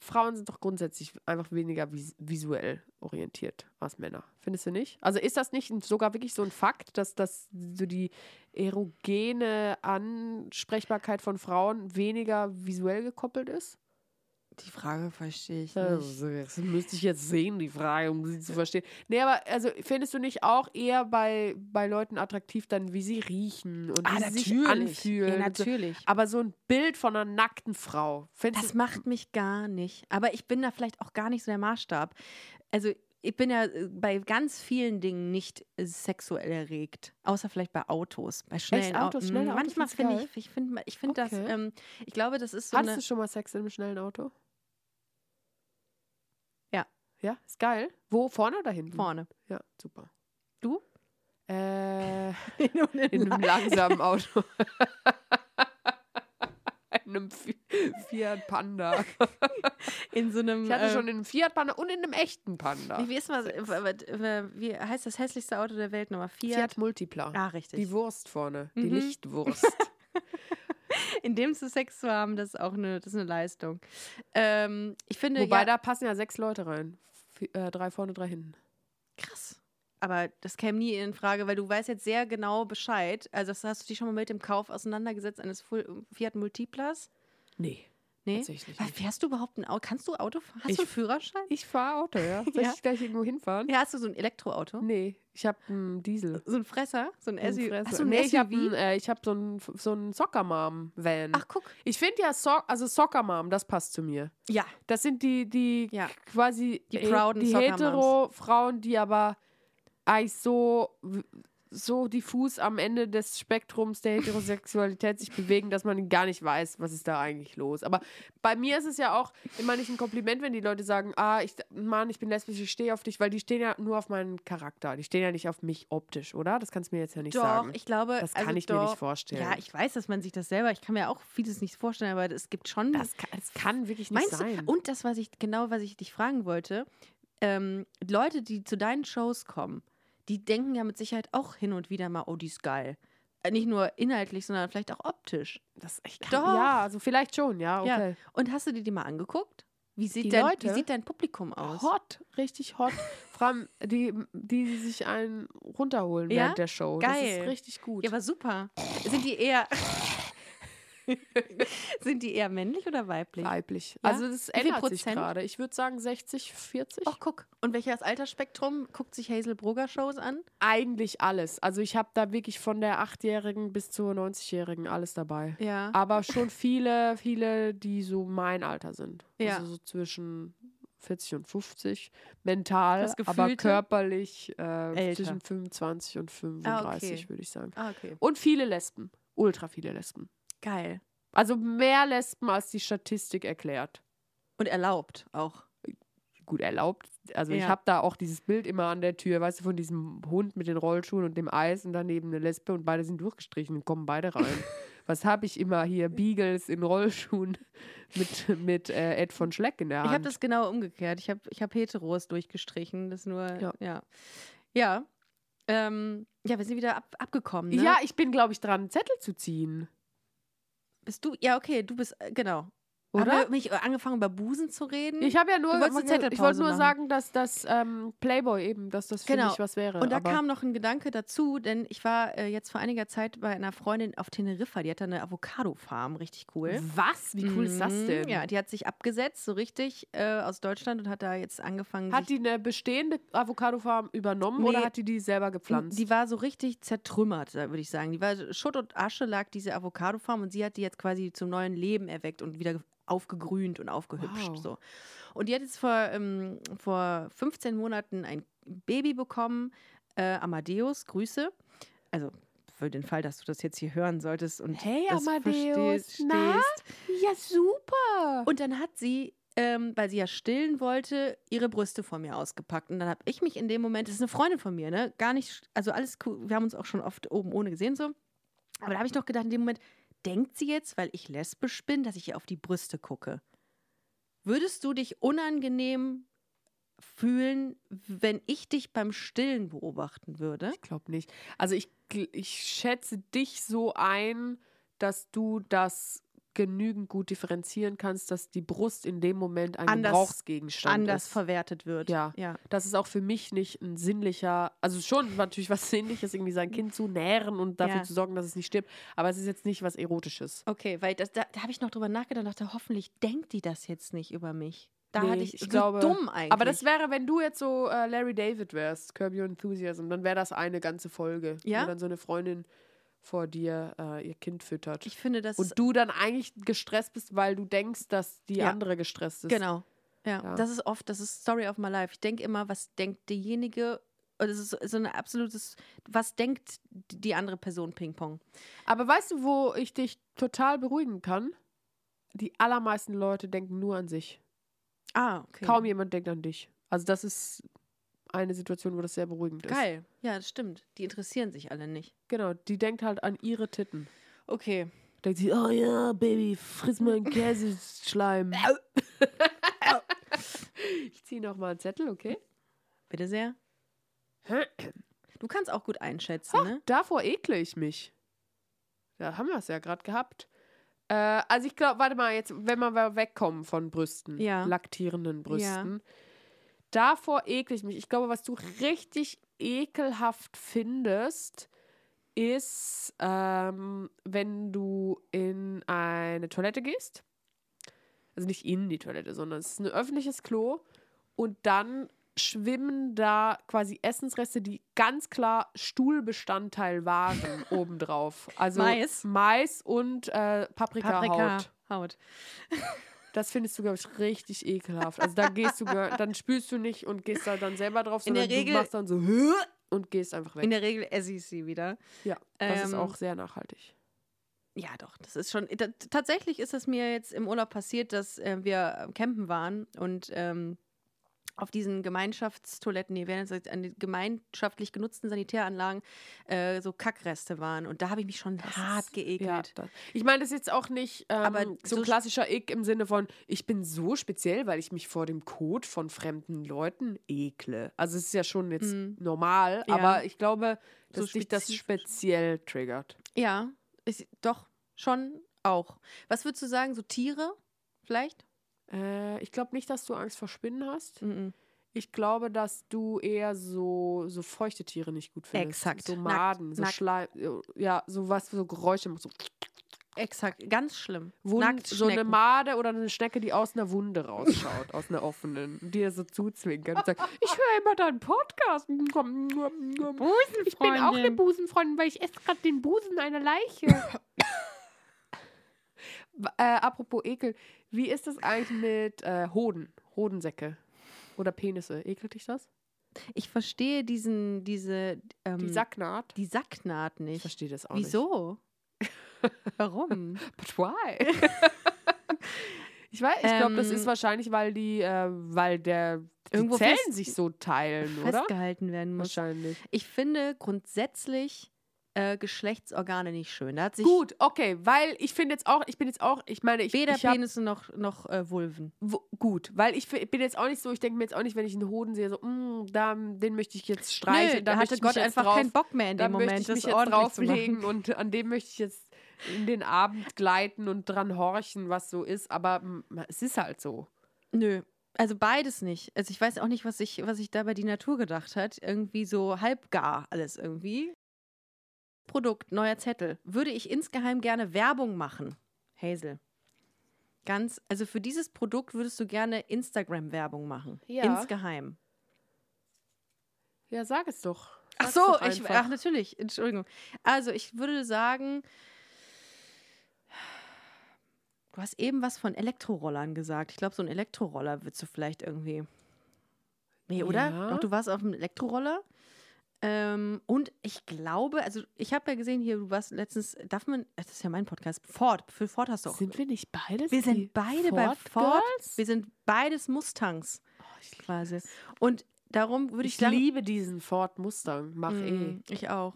A: Frauen sind doch grundsätzlich einfach weniger vis visuell orientiert als Männer. Findest du nicht? Also ist das nicht ein- sogar wirklich so ein Fakt, dass das so die erogene Ansprechbarkeit von Frauen weniger visuell gekoppelt ist?
B: Die Frage verstehe ich
A: Also, das müsste ich jetzt sehen, die Frage, um sie zu verstehen. Nee, aber also findest du nicht auch eher bei, bei Leuten attraktiv dann, wie sie riechen und
B: Ah,
A: wie sie
B: natürlich.
A: sich anfühlen?
B: Ja,
A: und so.
B: natürlich.
A: Aber so ein Bild von einer nackten Frau, findest
B: Das
A: du
B: macht mich gar nicht. Aber ich bin da vielleicht auch gar nicht so der Maßstab. Also ich bin ja äh, bei ganz vielen Dingen nicht äh, sexuell erregt, außer vielleicht bei Autos, bei schnellen Au-
A: Autos, schnelle
B: Mm,
A: Autos
B: Manchmal
A: findest du
B: finde
A: geil?
B: ich, ich finde, ich finde das,
A: Okay.
B: ähm, ich glaube, das ist so
A: Hattest
B: eine.
A: du schon mal Sex in einem schnellen Auto?
B: Ja.
A: Ja, ist geil. Wo, vorne oder hinten?
B: Vorne.
A: Ja, super.
B: Du?
A: Äh,
B: In
A: in einem langsamen Auto. in einem Fi- Fiat Panda.
B: in so einem.
A: Ich hatte
B: äh,
A: schon in einem Fiat Panda und in einem echten Panda.
B: Wie, wie, ist mal, wie heißt das hässlichste Auto der Welt nochmal? Fiat?
A: Fiat Multipla.
B: Ah, richtig.
A: Die Wurst vorne, die
B: Mhm.
A: Lichtwurst.
B: In dem zu Sex zu haben, das ist auch eine, das ist eine Leistung. Ähm, ich finde,
A: Wobei
B: ja,
A: da passen ja sechs Leute rein. Vi- äh, drei vorne, drei hinten.
B: krass. Aber das käme nie in Frage, weil du weißt jetzt sehr genau Bescheid. Also das hast du dich schon mal mit dem Kauf auseinandergesetzt eines Full ähm, Fiat Multiplas?
A: Nee,
B: Nee. Ah,
A: tatsächlich
B: Was,
A: nicht.
B: fährst du überhaupt ein Auto? Kannst du Auto fahren? Hast
A: Ich-
B: du einen Führerschein?
A: Ich fahre Auto, ja. Soll
B: Ja.
A: ich gleich irgendwo hinfahren?
B: Ja, hast du so ein Elektroauto?
A: Nee, ich habe einen Diesel.
B: So ein Fresser? So ein SUV?
A: Fresse.
B: Hast du ein
A: nee, ich habe
B: SUV?
A: äh, ich hab so einen so einen Soccer Mom Van.
B: Ach, guck.
A: Ich finde ja so also Soccer Mom, das passt zu mir.
B: Ja.
A: Das sind die die
B: Ja.
A: quasi
B: Die
A: he-
B: prouden
A: die
B: Soccer Moms.
A: hetero Frauen, die aber eigentlich so so diffus am Ende des Spektrums der Heterosexualität sich bewegen, dass man gar nicht weiß, was ist da eigentlich los. Aber bei mir ist es ja auch immer nicht ein Kompliment, wenn die Leute sagen, ah, ich, Mann, ich bin lesbisch, ich stehe auf dich, weil die stehen ja nur auf meinen Charakter, die stehen ja nicht auf mich optisch, oder? Das kannst du mir jetzt ja nicht
B: doch,
A: sagen.
B: ich glaube,
A: das kann
B: also
A: ich
B: doch,
A: mir nicht vorstellen.
B: Ja, ich weiß, dass man sich das selber, ich kann mir auch vieles nicht vorstellen, aber es gibt schon.
A: das, kann, das kann wirklich nicht
B: meinst
A: sein.
B: du? Und das, was ich genau, was ich dich fragen wollte, ähm, Leute, die zu deinen Shows kommen, die denken ja mit Sicherheit auch hin und wieder mal, oh, die ist geil. Äh, Nicht nur inhaltlich, sondern vielleicht auch optisch.
A: das, ich kann,
B: Doch.
A: Ja, also vielleicht schon, ja,
B: Ja.
A: okay.
B: Und hast du dir die mal angeguckt? Wie
A: Die
B: sieht, dein, wie
A: Leute?
B: sieht dein Publikum aus?
A: Hot, richtig hot. Vor allem die, die sich einen runterholen
B: Ja?
A: während der Show. Das
B: Geil.
A: ist richtig gut.
B: Ja, aber super. Sind die eher. Sind die eher männlich oder weiblich?
A: Weiblich.
B: Ja?
A: Also das
B: Wie viel
A: ändert sich
B: Prozent?
A: gerade. Ich würde sagen 60, 40.
B: Ach, guck. Und welches Altersspektrum guckt sich Hazel Brugger Shows an?
A: Eigentlich alles. Also ich habe da wirklich von der 8-Jährigen bis zur 90-Jährigen alles dabei.
B: Ja.
A: Aber schon viele, viele, die so mein Alter sind.
B: Ja.
A: Also so zwischen 40 und 50. Mental,
B: Das
A: aber
B: Gefühlte?
A: körperlich äh,
B: Älter.
A: zwischen 25 und 35, würde ich sagen.
B: Ah, okay.
A: Und viele Lesben. Ultra viele Lesben.
B: Geil.
A: Also mehr Lesben als die Statistik erklärt.
B: Und erlaubt auch.
A: Gut erlaubt. Also ich
B: Ja.
A: habe da auch dieses Bild immer an der Tür, weißt du, von diesem Hund mit den Rollschuhen und dem Eis und daneben eine Lesbe und beide sind durchgestrichen und kommen beide rein. Was habe ich immer hier? Beagles in Rollschuhen mit, mit äh, Ed von Schleck in der
B: Ich
A: Hand.
B: habe das genau umgekehrt. Ich habe ich hab Heteros durchgestrichen. Das nur, ja.
A: Ja.
B: Ja, ja. Ähm, ja wir sind wieder ab, abgekommen. Ne?
A: ja, ich bin, glaube ich, dran, einen Zettel zu ziehen.
B: Bist du, ja, okay, du bist, äh, genau. Oder?
A: Oder?
B: Haben wir mich angefangen, über Busen zu reden?
A: Ich habe ja nur,
B: Du wolltest eine
A: ich
B: Zettelpause
A: wollte nur
B: machen.
A: sagen, dass das ähm, Playboy eben, dass das für
B: Genau.
A: mich was wäre.
B: Und da
A: aber
B: kam noch ein Gedanke dazu, denn ich war äh, jetzt vor einiger Zeit bei einer Freundin auf Teneriffa, die hatte eine Avocado-Farm, richtig cool.
A: was? Wie cool ist das
B: Mhm,
A: denn?
B: Ja, die hat sich abgesetzt, so richtig, äh, aus Deutschland und hat da jetzt angefangen.
A: Hat
B: sich,
A: die eine bestehende Avocado-Farm übernommen
B: Hm, Nee.
A: oder hat die die selber gepflanzt?
B: Die war so richtig zertrümmert, äh, würde ich sagen. Die war so- Schutt und Asche lag diese Avocado-Farm und sie hat die jetzt quasi zum neuen Leben erweckt und wieder ge- aufgegrünt und aufgehübscht.
A: Wow.
B: So. Und die hat jetzt vor, ähm, vor 15 Monaten ein Baby bekommen. Äh, Amadeus, Grüße. Also für den Fall, dass du das jetzt hier hören solltest und
A: Hey,
B: das
A: Amadeus,
B: verstehst.
A: na?
B: stehst.
A: ja, super.
B: Und dann hat sie, ähm, weil sie ja stillen wollte, ihre Brüste vor mir ausgepackt. Und dann habe ich mich in dem Moment, das ist eine Freundin von mir, ne? Gar nicht, also alles cool. Wir haben uns auch schon oft oben ohne gesehen so. Aber da habe ich noch gedacht, in dem Moment, denkt sie jetzt, weil ich lesbisch bin, dass ich ihr auf die Brüste gucke? Würdest du dich unangenehm fühlen, wenn ich dich beim Stillen beobachten würde?
A: ich glaube nicht. Also ich, gl- ich schätze dich so ein, dass du das genügend gut differenzieren kannst, dass die Brust in dem Moment ein
B: Anders-
A: Gebrauchsgegenstand
B: Anders
A: ist.
B: verwertet wird.
A: Ja.
B: ja.
A: dass es auch für mich nicht ein sinnlicher, also schon natürlich was Sinnliches, irgendwie sein Kind zu nähren und dafür
B: Ja.
A: zu sorgen, dass es nicht stirbt, aber es ist jetzt nicht was Erotisches.
B: Okay, weil das, da, da habe ich noch drüber nachgedacht und dachte, hoffentlich denkt die das jetzt nicht über mich. Da
A: Nee,
B: hatte ich,
A: ich
B: so
A: glaube-
B: dumm eigentlich.
A: Aber das wäre, wenn du jetzt so äh, Larry David wärst, Curb Your Enthusiasm, dann wäre das eine ganze Folge,
B: Ja?
A: wo dann so eine Freundin vor dir äh, ihr Kind füttert.
B: ich finde das
A: und du dann eigentlich gestresst bist, weil du denkst, dass die
B: Ja.
A: andere gestresst ist.
B: genau. Ja,
A: Ja.
B: das ist oft, das ist Story of my life. Ich denke immer, was denkt derjenige? Und Das ist so- so ein absolutes, was denkt die andere Person Ping-Pong?
A: Aber weißt du, wo ich dich total beruhigen kann? Die allermeisten Leute denken nur an sich.
B: Ah, okay.
A: Kaum jemand denkt an dich. Also das ist eine Situation, wo das sehr beruhigend ist.
B: Geil. Ja, das stimmt. Die interessieren sich alle nicht.
A: Genau, die denkt halt an ihre Titten.
B: Okay.
A: Denkt sie, oh ja, Baby, friss mal einen Käseschleim. ich ziehe nochmal einen Zettel, okay?
B: Bitte sehr. Du kannst auch gut einschätzen, ne?
A: Davor ekle ich mich. Da haben wir es ja gerade gehabt. Äh, also ich glaube, warte mal, jetzt, wenn wir mal wegkommen von Brüsten,
B: Ja.
A: laktierenden Brüsten, davor ekle ich mich. Ich glaube, was du richtig ekelhaft findest, ist, ähm, wenn du in eine Toilette gehst. Also nicht in die Toilette, sondern es ist ein öffentliches Klo und dann schwimmen da quasi Essensreste, die ganz klar Stuhlbestandteil waren, obendrauf. Also
B: Mais.
A: Mais und äh, Paprikahaut.
B: Haut.
A: Das findest du, glaube ich, richtig ekelhaft. Also da gehst du, gar- dann spülst du nicht und gehst da dann selber drauf,
B: In der
A: sondern
B: Regel-
A: du machst dann so "Hö!" und gehst einfach weg.
B: In der Regel esse ich sie wieder.
A: ja, das ist
B: ähm,
A: auch sehr nachhaltig.
B: Ja, doch, das ist schon. Da, tatsächlich ist es mir jetzt im Urlaub passiert, dass äh, wir campen waren und ähm, auf diesen Gemeinschaftstoiletten, die werden jetzt an den gemeinschaftlich genutzten Sanitäranlagen äh, so Kackreste waren. Und da habe ich mich schon hart
A: Ja,
B: geekelt.
A: das. Ich meine, das ist jetzt auch nicht ähm,
B: Aber
A: so ein
B: so-
A: klassischer Ick im Sinne von, ich bin so speziell, weil ich mich vor dem Kot von fremden Leuten ekle. Also es ist ja schon jetzt
B: Mhm.
A: normal,
B: Ja.
A: aber ich glaube, dass
B: So
A: dich das
B: spezifisch.
A: speziell triggert.
B: Ja, ist, doch, schon auch. Was würdest du sagen, so Tiere vielleicht?
A: Äh, ich glaube nicht, dass du Angst vor Spinnen hast.
B: Mhm.
A: Ich glaube, dass du eher so, so feuchte Tiere nicht gut findest.
B: Exakt.
A: So
B: Nackt-
A: Maden, so
B: nackt.
A: Schleim, ja, so was, so Geräusche macht. So,
B: Exakt, ganz schlimm.
A: Wund, so eine
B: Nacktschnecken.
A: Made oder eine Schnecke, die aus einer Wunde rausschaut, aus einer offenen, und dir so zuzwinkert und sagt, ich höre immer deinen Podcast. Busenfreundin. Ich bin auch eine Busenfreundin, weil ich esse gerade den Busen einer Leiche. äh, apropos Ekel, wie ist das eigentlich mit äh, Hoden, Hodensäcke oder Penisse? Ekelt dich das?
B: Ich verstehe diesen, diese. Ähm,
A: Die Sacknaht?
B: die Sacknaht
A: Ich
B: nicht.
A: verstehe das auch nicht.
B: Wieso? Warum?
A: But why? ich weiß, ich glaube, das
B: Ähm,
A: ist wahrscheinlich, weil die, äh, weil der die
B: Irgendwo
A: Zellen
B: fest-
A: sich so teilen, oder?
B: Festgehalten werden muss.
A: Wahrscheinlich.
B: Ich finde grundsätzlich äh, Geschlechtsorgane nicht schön. Da hat sich
A: Gut, okay, weil ich finde jetzt auch, ich bin jetzt auch, ich meine, ich,
B: weder
A: ich hab-
B: Penisse noch, noch äh, Vulven.
A: wo, gut, weil ich f- bin jetzt auch nicht so, ich denke mir jetzt auch nicht, wenn ich einen Hoden sehe, so, mm, da, den möchte ich jetzt streichen,
B: da
A: möchte
B: hatte
A: ich
B: Gott
A: mich jetzt
B: einfach
A: drauf,
B: keinen Bock mehr in
A: da
B: dem Moment,
A: möchte ich mich
B: das
A: jetzt
B: ordentlich zu machen.
A: drauflegen und an dem möchte ich jetzt in den Abend gleiten und dran horchen, was so ist, aber mm, es ist halt so.
B: Nö. Also beides nicht. Also ich weiß auch nicht, was sich was ich da bei die Natur gedacht hat. Irgendwie so halbgar alles irgendwie. Produkt, neuer Zettel. Würde ich insgeheim gerne Werbung machen? Hazel. Ganz, also für dieses Produkt würdest du gerne Instagram-Werbung machen.
A: Ja.
B: Insgeheim.
A: Ja, sag es doch.
B: Ach
A: Sag's
B: so,
A: doch
B: ich,
A: einfach.
B: ach natürlich, Entschuldigung. Also ich würde sagen, du hast eben was von Elektrorollern gesagt. Ich glaube, so ein Elektroroller würdest du vielleicht irgendwie. Nee, oder?
A: Ja.
B: Doch, du warst auf einem Elektroroller. Ähm, und ich glaube, also ich habe ja gesehen hier, du warst letztens, darf man, das ist ja mein Podcast, Ford, für Ford hast du auch.
A: Sind wir nicht beides?
B: wir
A: die
B: sind beide bei
A: Ford
B: Ford,
A: Girls? Oh,
B: wir sind beides Mustangs quasi. Und darum würde ich,
A: ich
B: sagen,
A: liebe diesen Ford Mustang. Mach eh.
B: Mm, ich auch.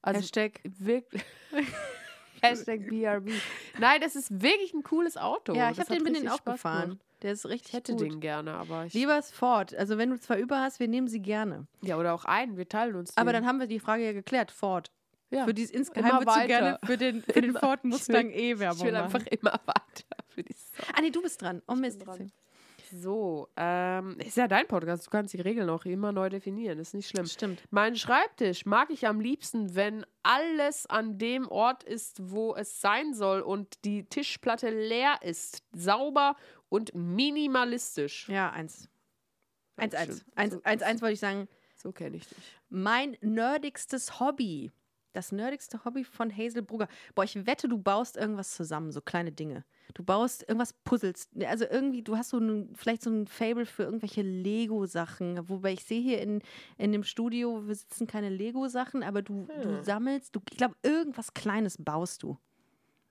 A: Also
B: Hashtag
A: wirklich. Hashtag BRB. Nein, das ist wirklich ein cooles Auto.
B: Ja, ich
A: Das
B: habe den
A: hat
B: bin den
A: richtig
B: auch
A: Spaß
B: gefahren.
A: gemacht.
B: Der ist richtig
A: Ich hätte
B: gut.
A: den gerne, aber ich.
B: Lieber ist Ford. Also wenn du zwei über hast, wir nehmen sie gerne.
A: ja, oder auch einen, wir teilen uns den.
B: Aber dann haben wir die Frage ja geklärt. Ford.
A: ja.
B: Für dieses insgeheim
A: Immer
B: würdest du
A: weiter.
B: gerne für den, für den
A: Immer.
B: Ford
A: Ich will-
B: Mustang eh
A: ich
B: Werbung
A: will einfach
B: machen.
A: immer weiter für die Sau.
B: Ah nee, du bist dran. Oh Mist.
A: dran. So, ähm, ist ja dein Podcast, du kannst die Regeln auch immer neu definieren, ist nicht schlimm.
B: Stimmt.
A: Mein Schreibtisch mag ich am liebsten, wenn alles an dem Ort ist, wo es sein soll und die Tischplatte leer ist, sauber und minimalistisch.
B: Ja, eins. Eins, eins.
A: stimmt.
B: Eins,
A: So-
B: eins, eins wollte ich sagen.
A: So kenne ich dich.
B: Mein nerdigstes Hobby. Das nerdigste Hobby von Hazel Brugger. Boah, ich wette, du baust irgendwas zusammen, so kleine Dinge. Du baust irgendwas, puzzelst. Also irgendwie, du hast so ein, vielleicht so ein Fable für irgendwelche Lego-Sachen. Wobei ich sehe hier in, in dem Studio, wir sitzen keine Lego-Sachen, aber du, du
A: Hm.
B: sammelst, du, ich glaube, irgendwas Kleines baust du.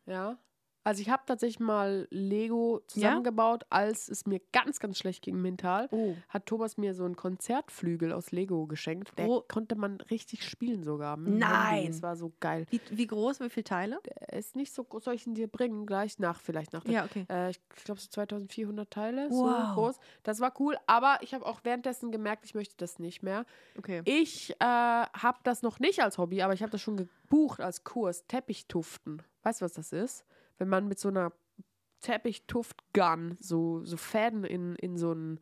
A: Ja. Also ich habe tatsächlich mal Lego zusammengebaut, als es mir ganz, ganz schlecht ging mental.
B: Oh.
A: Hat Thomas mir so einen Konzertflügel aus Lego geschenkt. Der
B: Wo-
A: konnte man richtig spielen sogar. mit dem
B: Nein.
A: Handy. Es war so geil.
B: Wie, wie groß, wie viele Teile?
A: Er ist nicht so groß. Soll ich ihn dir bringen? Gleich nach, vielleicht nach der
B: Ja, okay.
A: Äh, ich glaube so 2400 Teile,
B: Wow.
A: so groß. Das war cool, aber ich habe auch währenddessen gemerkt, ich möchte das nicht mehr.
B: okay.
A: Ich äh, habe das noch nicht als Hobby, aber ich habe das schon gebucht als Kurs, Teppichtuften. Weißt du, was das ist? Wenn man mit so einer Teppichtuft-Gun so, so Fäden in, in so ein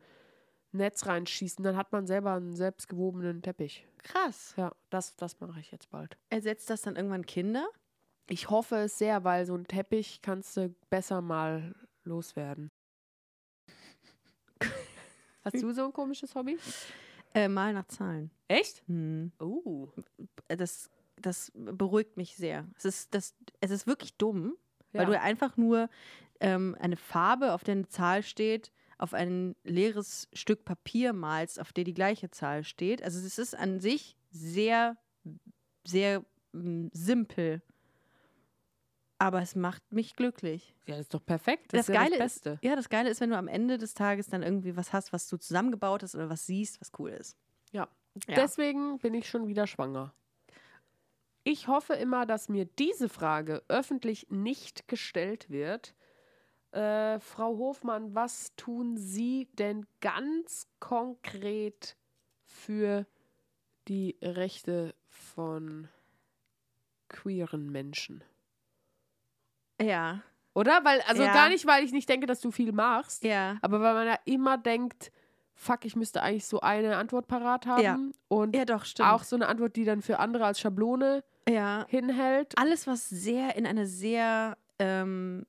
A: Netz reinschießt, und dann hat man selber einen selbstgewobenen Teppich.
B: Krass.
A: Ja, das, das mache ich jetzt bald.
B: Ersetzt das dann irgendwann Kinder?
A: Ich hoffe es sehr, weil so ein Teppich kannst du besser mal loswerden. Hast du so ein komisches Hobby?
B: Äh, mal nach Zahlen.
A: Echt?
B: Hm.
A: Oh.
B: das, das beruhigt mich sehr. Es ist, das, es ist wirklich dumm,
A: Ja.
B: weil du einfach nur ähm, eine Farbe, auf der eine Zahl steht, auf ein leeres Stück Papier malst, auf der die gleiche Zahl steht. Also es ist an sich sehr, sehr mm, simpel. Aber es macht mich glücklich.
A: Ja, das ist doch perfekt. Das, ist ja das Beste.
B: ist, ja, das Geile ist, wenn du am Ende des Tages dann irgendwie was hast, was du zusammengebaut hast oder was siehst, was cool ist.
A: Ja.
B: Ja.
A: Deswegen bin ich schon wieder schwanger. Ich hoffe immer, dass mir diese Frage öffentlich nicht gestellt wird. Äh, Frau Hofmann, was tun Sie denn ganz konkret für die Rechte von queeren Menschen?
B: Ja,
A: Oder? Weil, also
B: Ja.
A: gar nicht, weil ich nicht denke, dass du viel machst,
B: ja.
A: aber weil man ja immer denkt, fuck, ich müsste eigentlich so eine Antwort parat haben.
B: Ja.
A: Und
B: Ja, doch, stimmt.
A: Auch so eine Antwort, die dann für andere als Schablone
B: ja.
A: hinhält.
B: alles, was sehr in eine sehr ähm,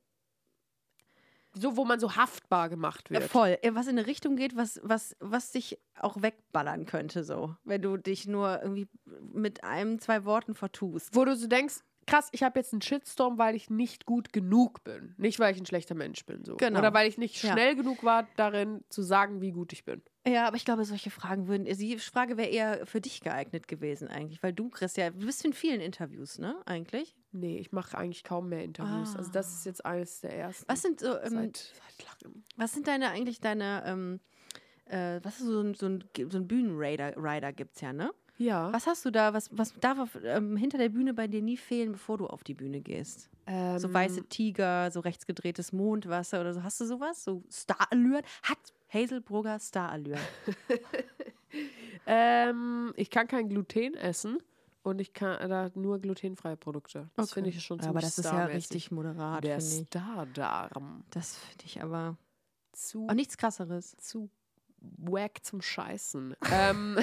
A: So, wo man so haftbar gemacht wird.
B: voll, äh, was in eine Richtung geht, was, was, was dich auch wegballern könnte, so. Wenn du dich nur irgendwie mit einem, zwei Worten vertust.
A: Wo du so denkst, krass, ich habe jetzt einen Shitstorm, weil ich nicht gut genug bin. Nicht, weil ich ein schlechter Mensch bin. So.
B: Genau.
A: Oder weil ich nicht
B: Ja.
A: schnell genug war, darin zu sagen, wie gut ich bin.
B: Ja, aber ich glaube, solche Fragen würden. also Die Frage wäre eher für dich geeignet gewesen, eigentlich, weil du, Chris, ja, du bist in vielen Interviews, ne, eigentlich.
A: Nee, ich mache eigentlich kaum mehr Interviews. Also das ist jetzt eines der ersten.
B: Ah. Was sind so, ähm,
A: seit, seit langem.
B: was sind deine, eigentlich deine, ähm, äh, was ist so ein, so ein, so ein Bühnenrider Rider gibt's ja, ne?
A: Ja.
B: Was hast du da, was, was darf auf, ähm, hinter der Bühne bei dir nie fehlen, bevor du auf die Bühne gehst?
A: Ähm,
B: So weiße Tiger, so rechts gedrehtes Mondwasser oder so. Hast du sowas? So Starallüren? Hat Hazelbrugger Starallüren?
A: Ähm, ich kann kein Gluten essen, und ich kann da nur glutenfreie Produkte. Das finde ich schon ziemlich
B: Aber das ist ja
A: starmäßig.
B: richtig moderat,
A: Der
B: finde ich.
A: Stardarm.
B: Das finde ich aber
A: Zu,
B: auch nichts krasseres.
A: zu wack zum Scheißen. ähm,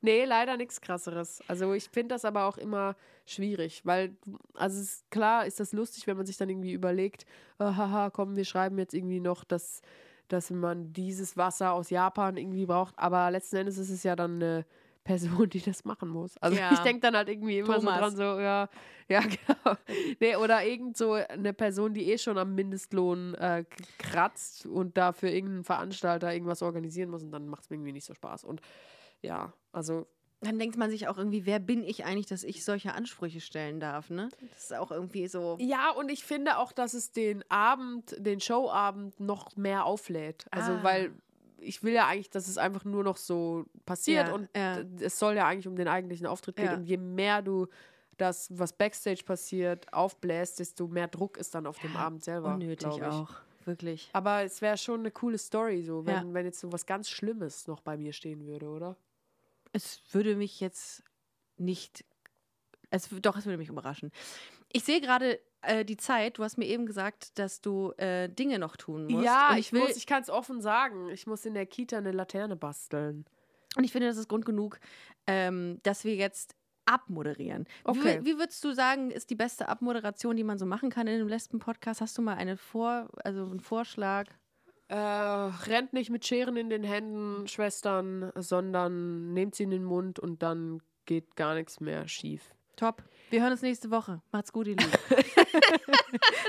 A: nee, leider nichts krasseres. Also ich finde das aber auch immer schwierig, weil, also es ist, klar ist das lustig, wenn man sich dann irgendwie überlegt, äh, haha, komm, wir schreiben jetzt irgendwie noch, dass, dass man dieses Wasser aus Japan irgendwie braucht, aber letzten Endes ist es ja dann eine Person, die das machen muss. Also
B: Ja.
A: ich denke dann halt irgendwie immer
B: Thomas.
A: so dran, so, ja, ja, genau. Nee, oder irgend so eine Person, die eh schon am Mindestlohn äh, k- kratzt und da für irgendeinen Veranstalter irgendwas organisieren muss und dann macht es mir irgendwie nicht so Spaß. Und ja, also
B: Dann denkt man sich auch irgendwie, wer bin ich eigentlich, dass ich solche Ansprüche stellen darf, ne? Das ist auch irgendwie so.
A: Ja, und ich finde auch, dass es den Abend, den Showabend noch mehr auflädt. Also,
B: Ah.
A: weil ich will ja eigentlich, dass es einfach nur noch so passiert
B: Ja,
A: und
B: ja.
A: d- es soll ja eigentlich um den eigentlichen Auftritt gehen.
B: Ja.
A: Und je mehr du das, was Backstage passiert, aufbläst, desto mehr Druck ist dann auf dem Abend selber.
B: Unnötig
A: glaub ich.
B: auch, wirklich.
A: Aber es wäre schon eine coole Story, so, wenn,
B: Ja.
A: wenn jetzt so was ganz Schlimmes noch bei mir stehen würde, oder?
B: Es würde mich jetzt nicht. Es, w- doch, es würde mich überraschen. Ich sehe gerade äh, die Zeit. Du hast mir eben gesagt, dass du äh, Dinge noch tun musst.
A: Ja,
B: und
A: ich, will, muss, ich kann es offen sagen. Ich muss in der Kita eine Laterne basteln.
B: Und ich finde, das ist Grund genug, ähm, dass wir jetzt abmoderieren.
A: Okay.
B: Wie, wie würdest du sagen, ist die beste Abmoderation, die man so machen kann in dem letzten Podcast? Hast du mal eine Vor, also einen Vorschlag?
A: Äh, rennt nicht mit Scheren in den Händen, Schwestern, sondern nehmt sie in den Mund und dann geht gar nichts mehr schief.
B: Top. Wir hören uns nächste Woche. Macht's gut, ihr Lieben.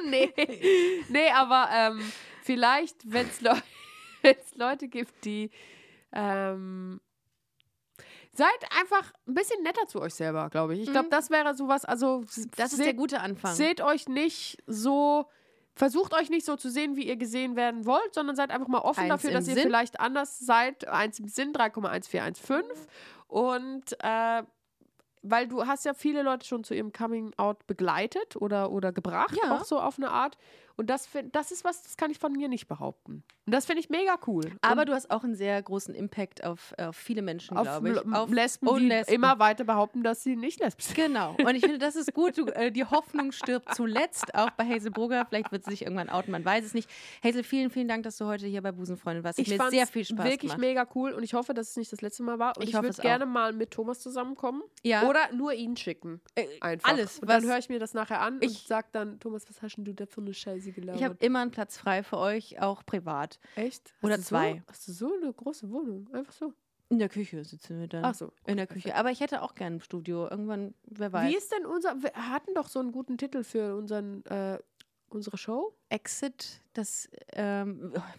A: nee. nee, aber ähm, vielleicht, wenn es Leu wenn's Leute gibt, die. Ähm, seid einfach ein bisschen netter zu euch selber, glaube ich. Ich glaube,
B: Mhm.
A: das wäre sowas. Also,
B: Das ist
A: seht-
B: der gute Anfang.
A: Seht euch nicht so, versucht euch nicht so zu sehen, wie ihr gesehen werden wollt, sondern seid einfach mal offen
B: Eins
A: dafür,
B: im
A: dass ihr
B: Sinn.
A: vielleicht anders seid. Eins im Sinn, 3,1415. Und äh, weil du hast ja viele Leute schon zu ihrem Coming Out begleitet oder, oder gebracht,
B: Ja.
A: auch so auf eine Art. Und das, find- das ist was, das kann ich von mir nicht behaupten. Und das finde ich mega cool.
B: Aber du hast auch einen sehr großen Impact auf, auf viele Menschen,
A: und
B: glaube ich.
A: auf Lesben,
B: und
A: die
B: Lesben.
A: immer weiter behaupten, dass sie nicht lesbisch sind.
B: Genau. Und ich finde, das ist gut. Du, äh, die Hoffnung stirbt zuletzt, auch bei Hazel Brugger. Vielleicht wird sie sich irgendwann outen, man weiß es nicht. Hazel, vielen, vielen Dank, dass du heute hier bei Busenfreundin warst. Hat mir
A: fand's
B: sehr viel Spaß
A: wirklich
B: gemacht.
A: mega cool und ich hoffe, dass es nicht das letzte Mal war. Und
B: Ich
A: ich,
B: hoffe es
A: würde
B: auch.
A: gerne mal mit Thomas zusammenkommen
B: Ja.
A: oder nur ihn schicken. Einfach.
B: alles,
A: Und dann
B: was-
A: höre ich mir das nachher an und
B: Ich-
A: sag dann, Thomas, was hast denn du da für eine Scheiße gelabert?
B: Ich habe immer einen Platz frei für euch, auch privat.
A: Echt?
B: oder
A: hast du
B: zwei.
A: So, hast du so eine große Wohnung? Einfach so.
B: In der Küche sitzen wir dann.
A: Ach so.
B: In der Küche. Aber ich hätte auch gerne ein Studio. Irgendwann, wer weiß.
A: Wie ist denn unser. Wir hatten doch so einen guten Titel für unseren, äh, unsere Show.
B: Exit, das. Ähm,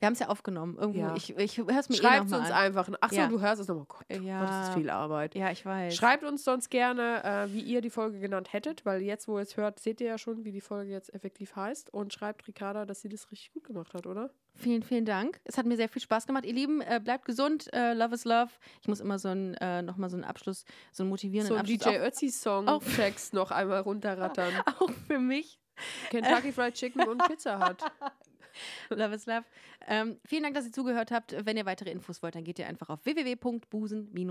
B: wir haben es ja aufgenommen. Irgendwo.
A: Ja.
B: Ich, ich höre es mir eh
A: Schreibt
B: noch mal
A: uns
B: an.
A: einfach. Ach so,
B: Ja. Äh,
A: du hörst es nochmal. Gott,
B: Ja.
A: Gott, das ist viel Arbeit.
B: Ja, ich weiß.
A: Schreibt uns sonst gerne, äh, wie ihr die Folge genannt hättet, weil jetzt, wo ihr es hört, seht ihr ja schon, wie die Folge jetzt effektiv heißt. Und schreibt Ricarda, dass sie das richtig gut gemacht hat, oder?
B: Vielen, vielen Dank. Es hat mir sehr viel Spaß gemacht. Ihr Lieben, äh, bleibt gesund. Äh, love is love. Ich muss immer so ein, äh, nochmal so einen Abschluss, so einen motivierenden
A: So ein
B: Abschluss.
A: DJ Ötzi-Song-Text noch einmal runterrattern.
B: auch, auch für mich.
A: Kentucky Fried Chicken und Pizza Hut.
B: Love is love. Ähm, vielen Dank, dass ihr zugehört habt. Wenn ihr weitere Infos wollt, dann geht ihr einfach auf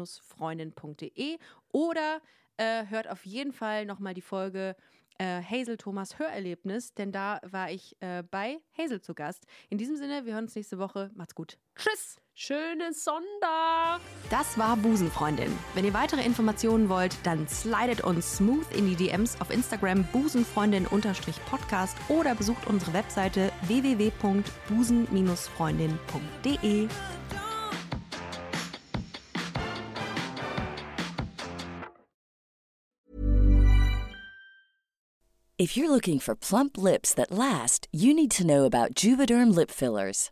B: www.busen-freundin.de oder äh, hört auf jeden Fall nochmal die Folge äh, Hazel Thomas Hörerlebnis, denn da war ich äh, bei Hazel zu Gast. In diesem Sinne, wir hören uns nächste Woche. Macht's gut. Tschüss.
A: Schönen Sonntag!
B: Das war Busenfreundin. Wenn ihr weitere Informationen wollt, dann slidet uns smooth in die DMs auf Instagram busenfreundin-podcast oder besucht unsere Webseite www.busen-freundin.de.
E: If you're looking for plump lips that last, you need to know about Juvederm lip fillers.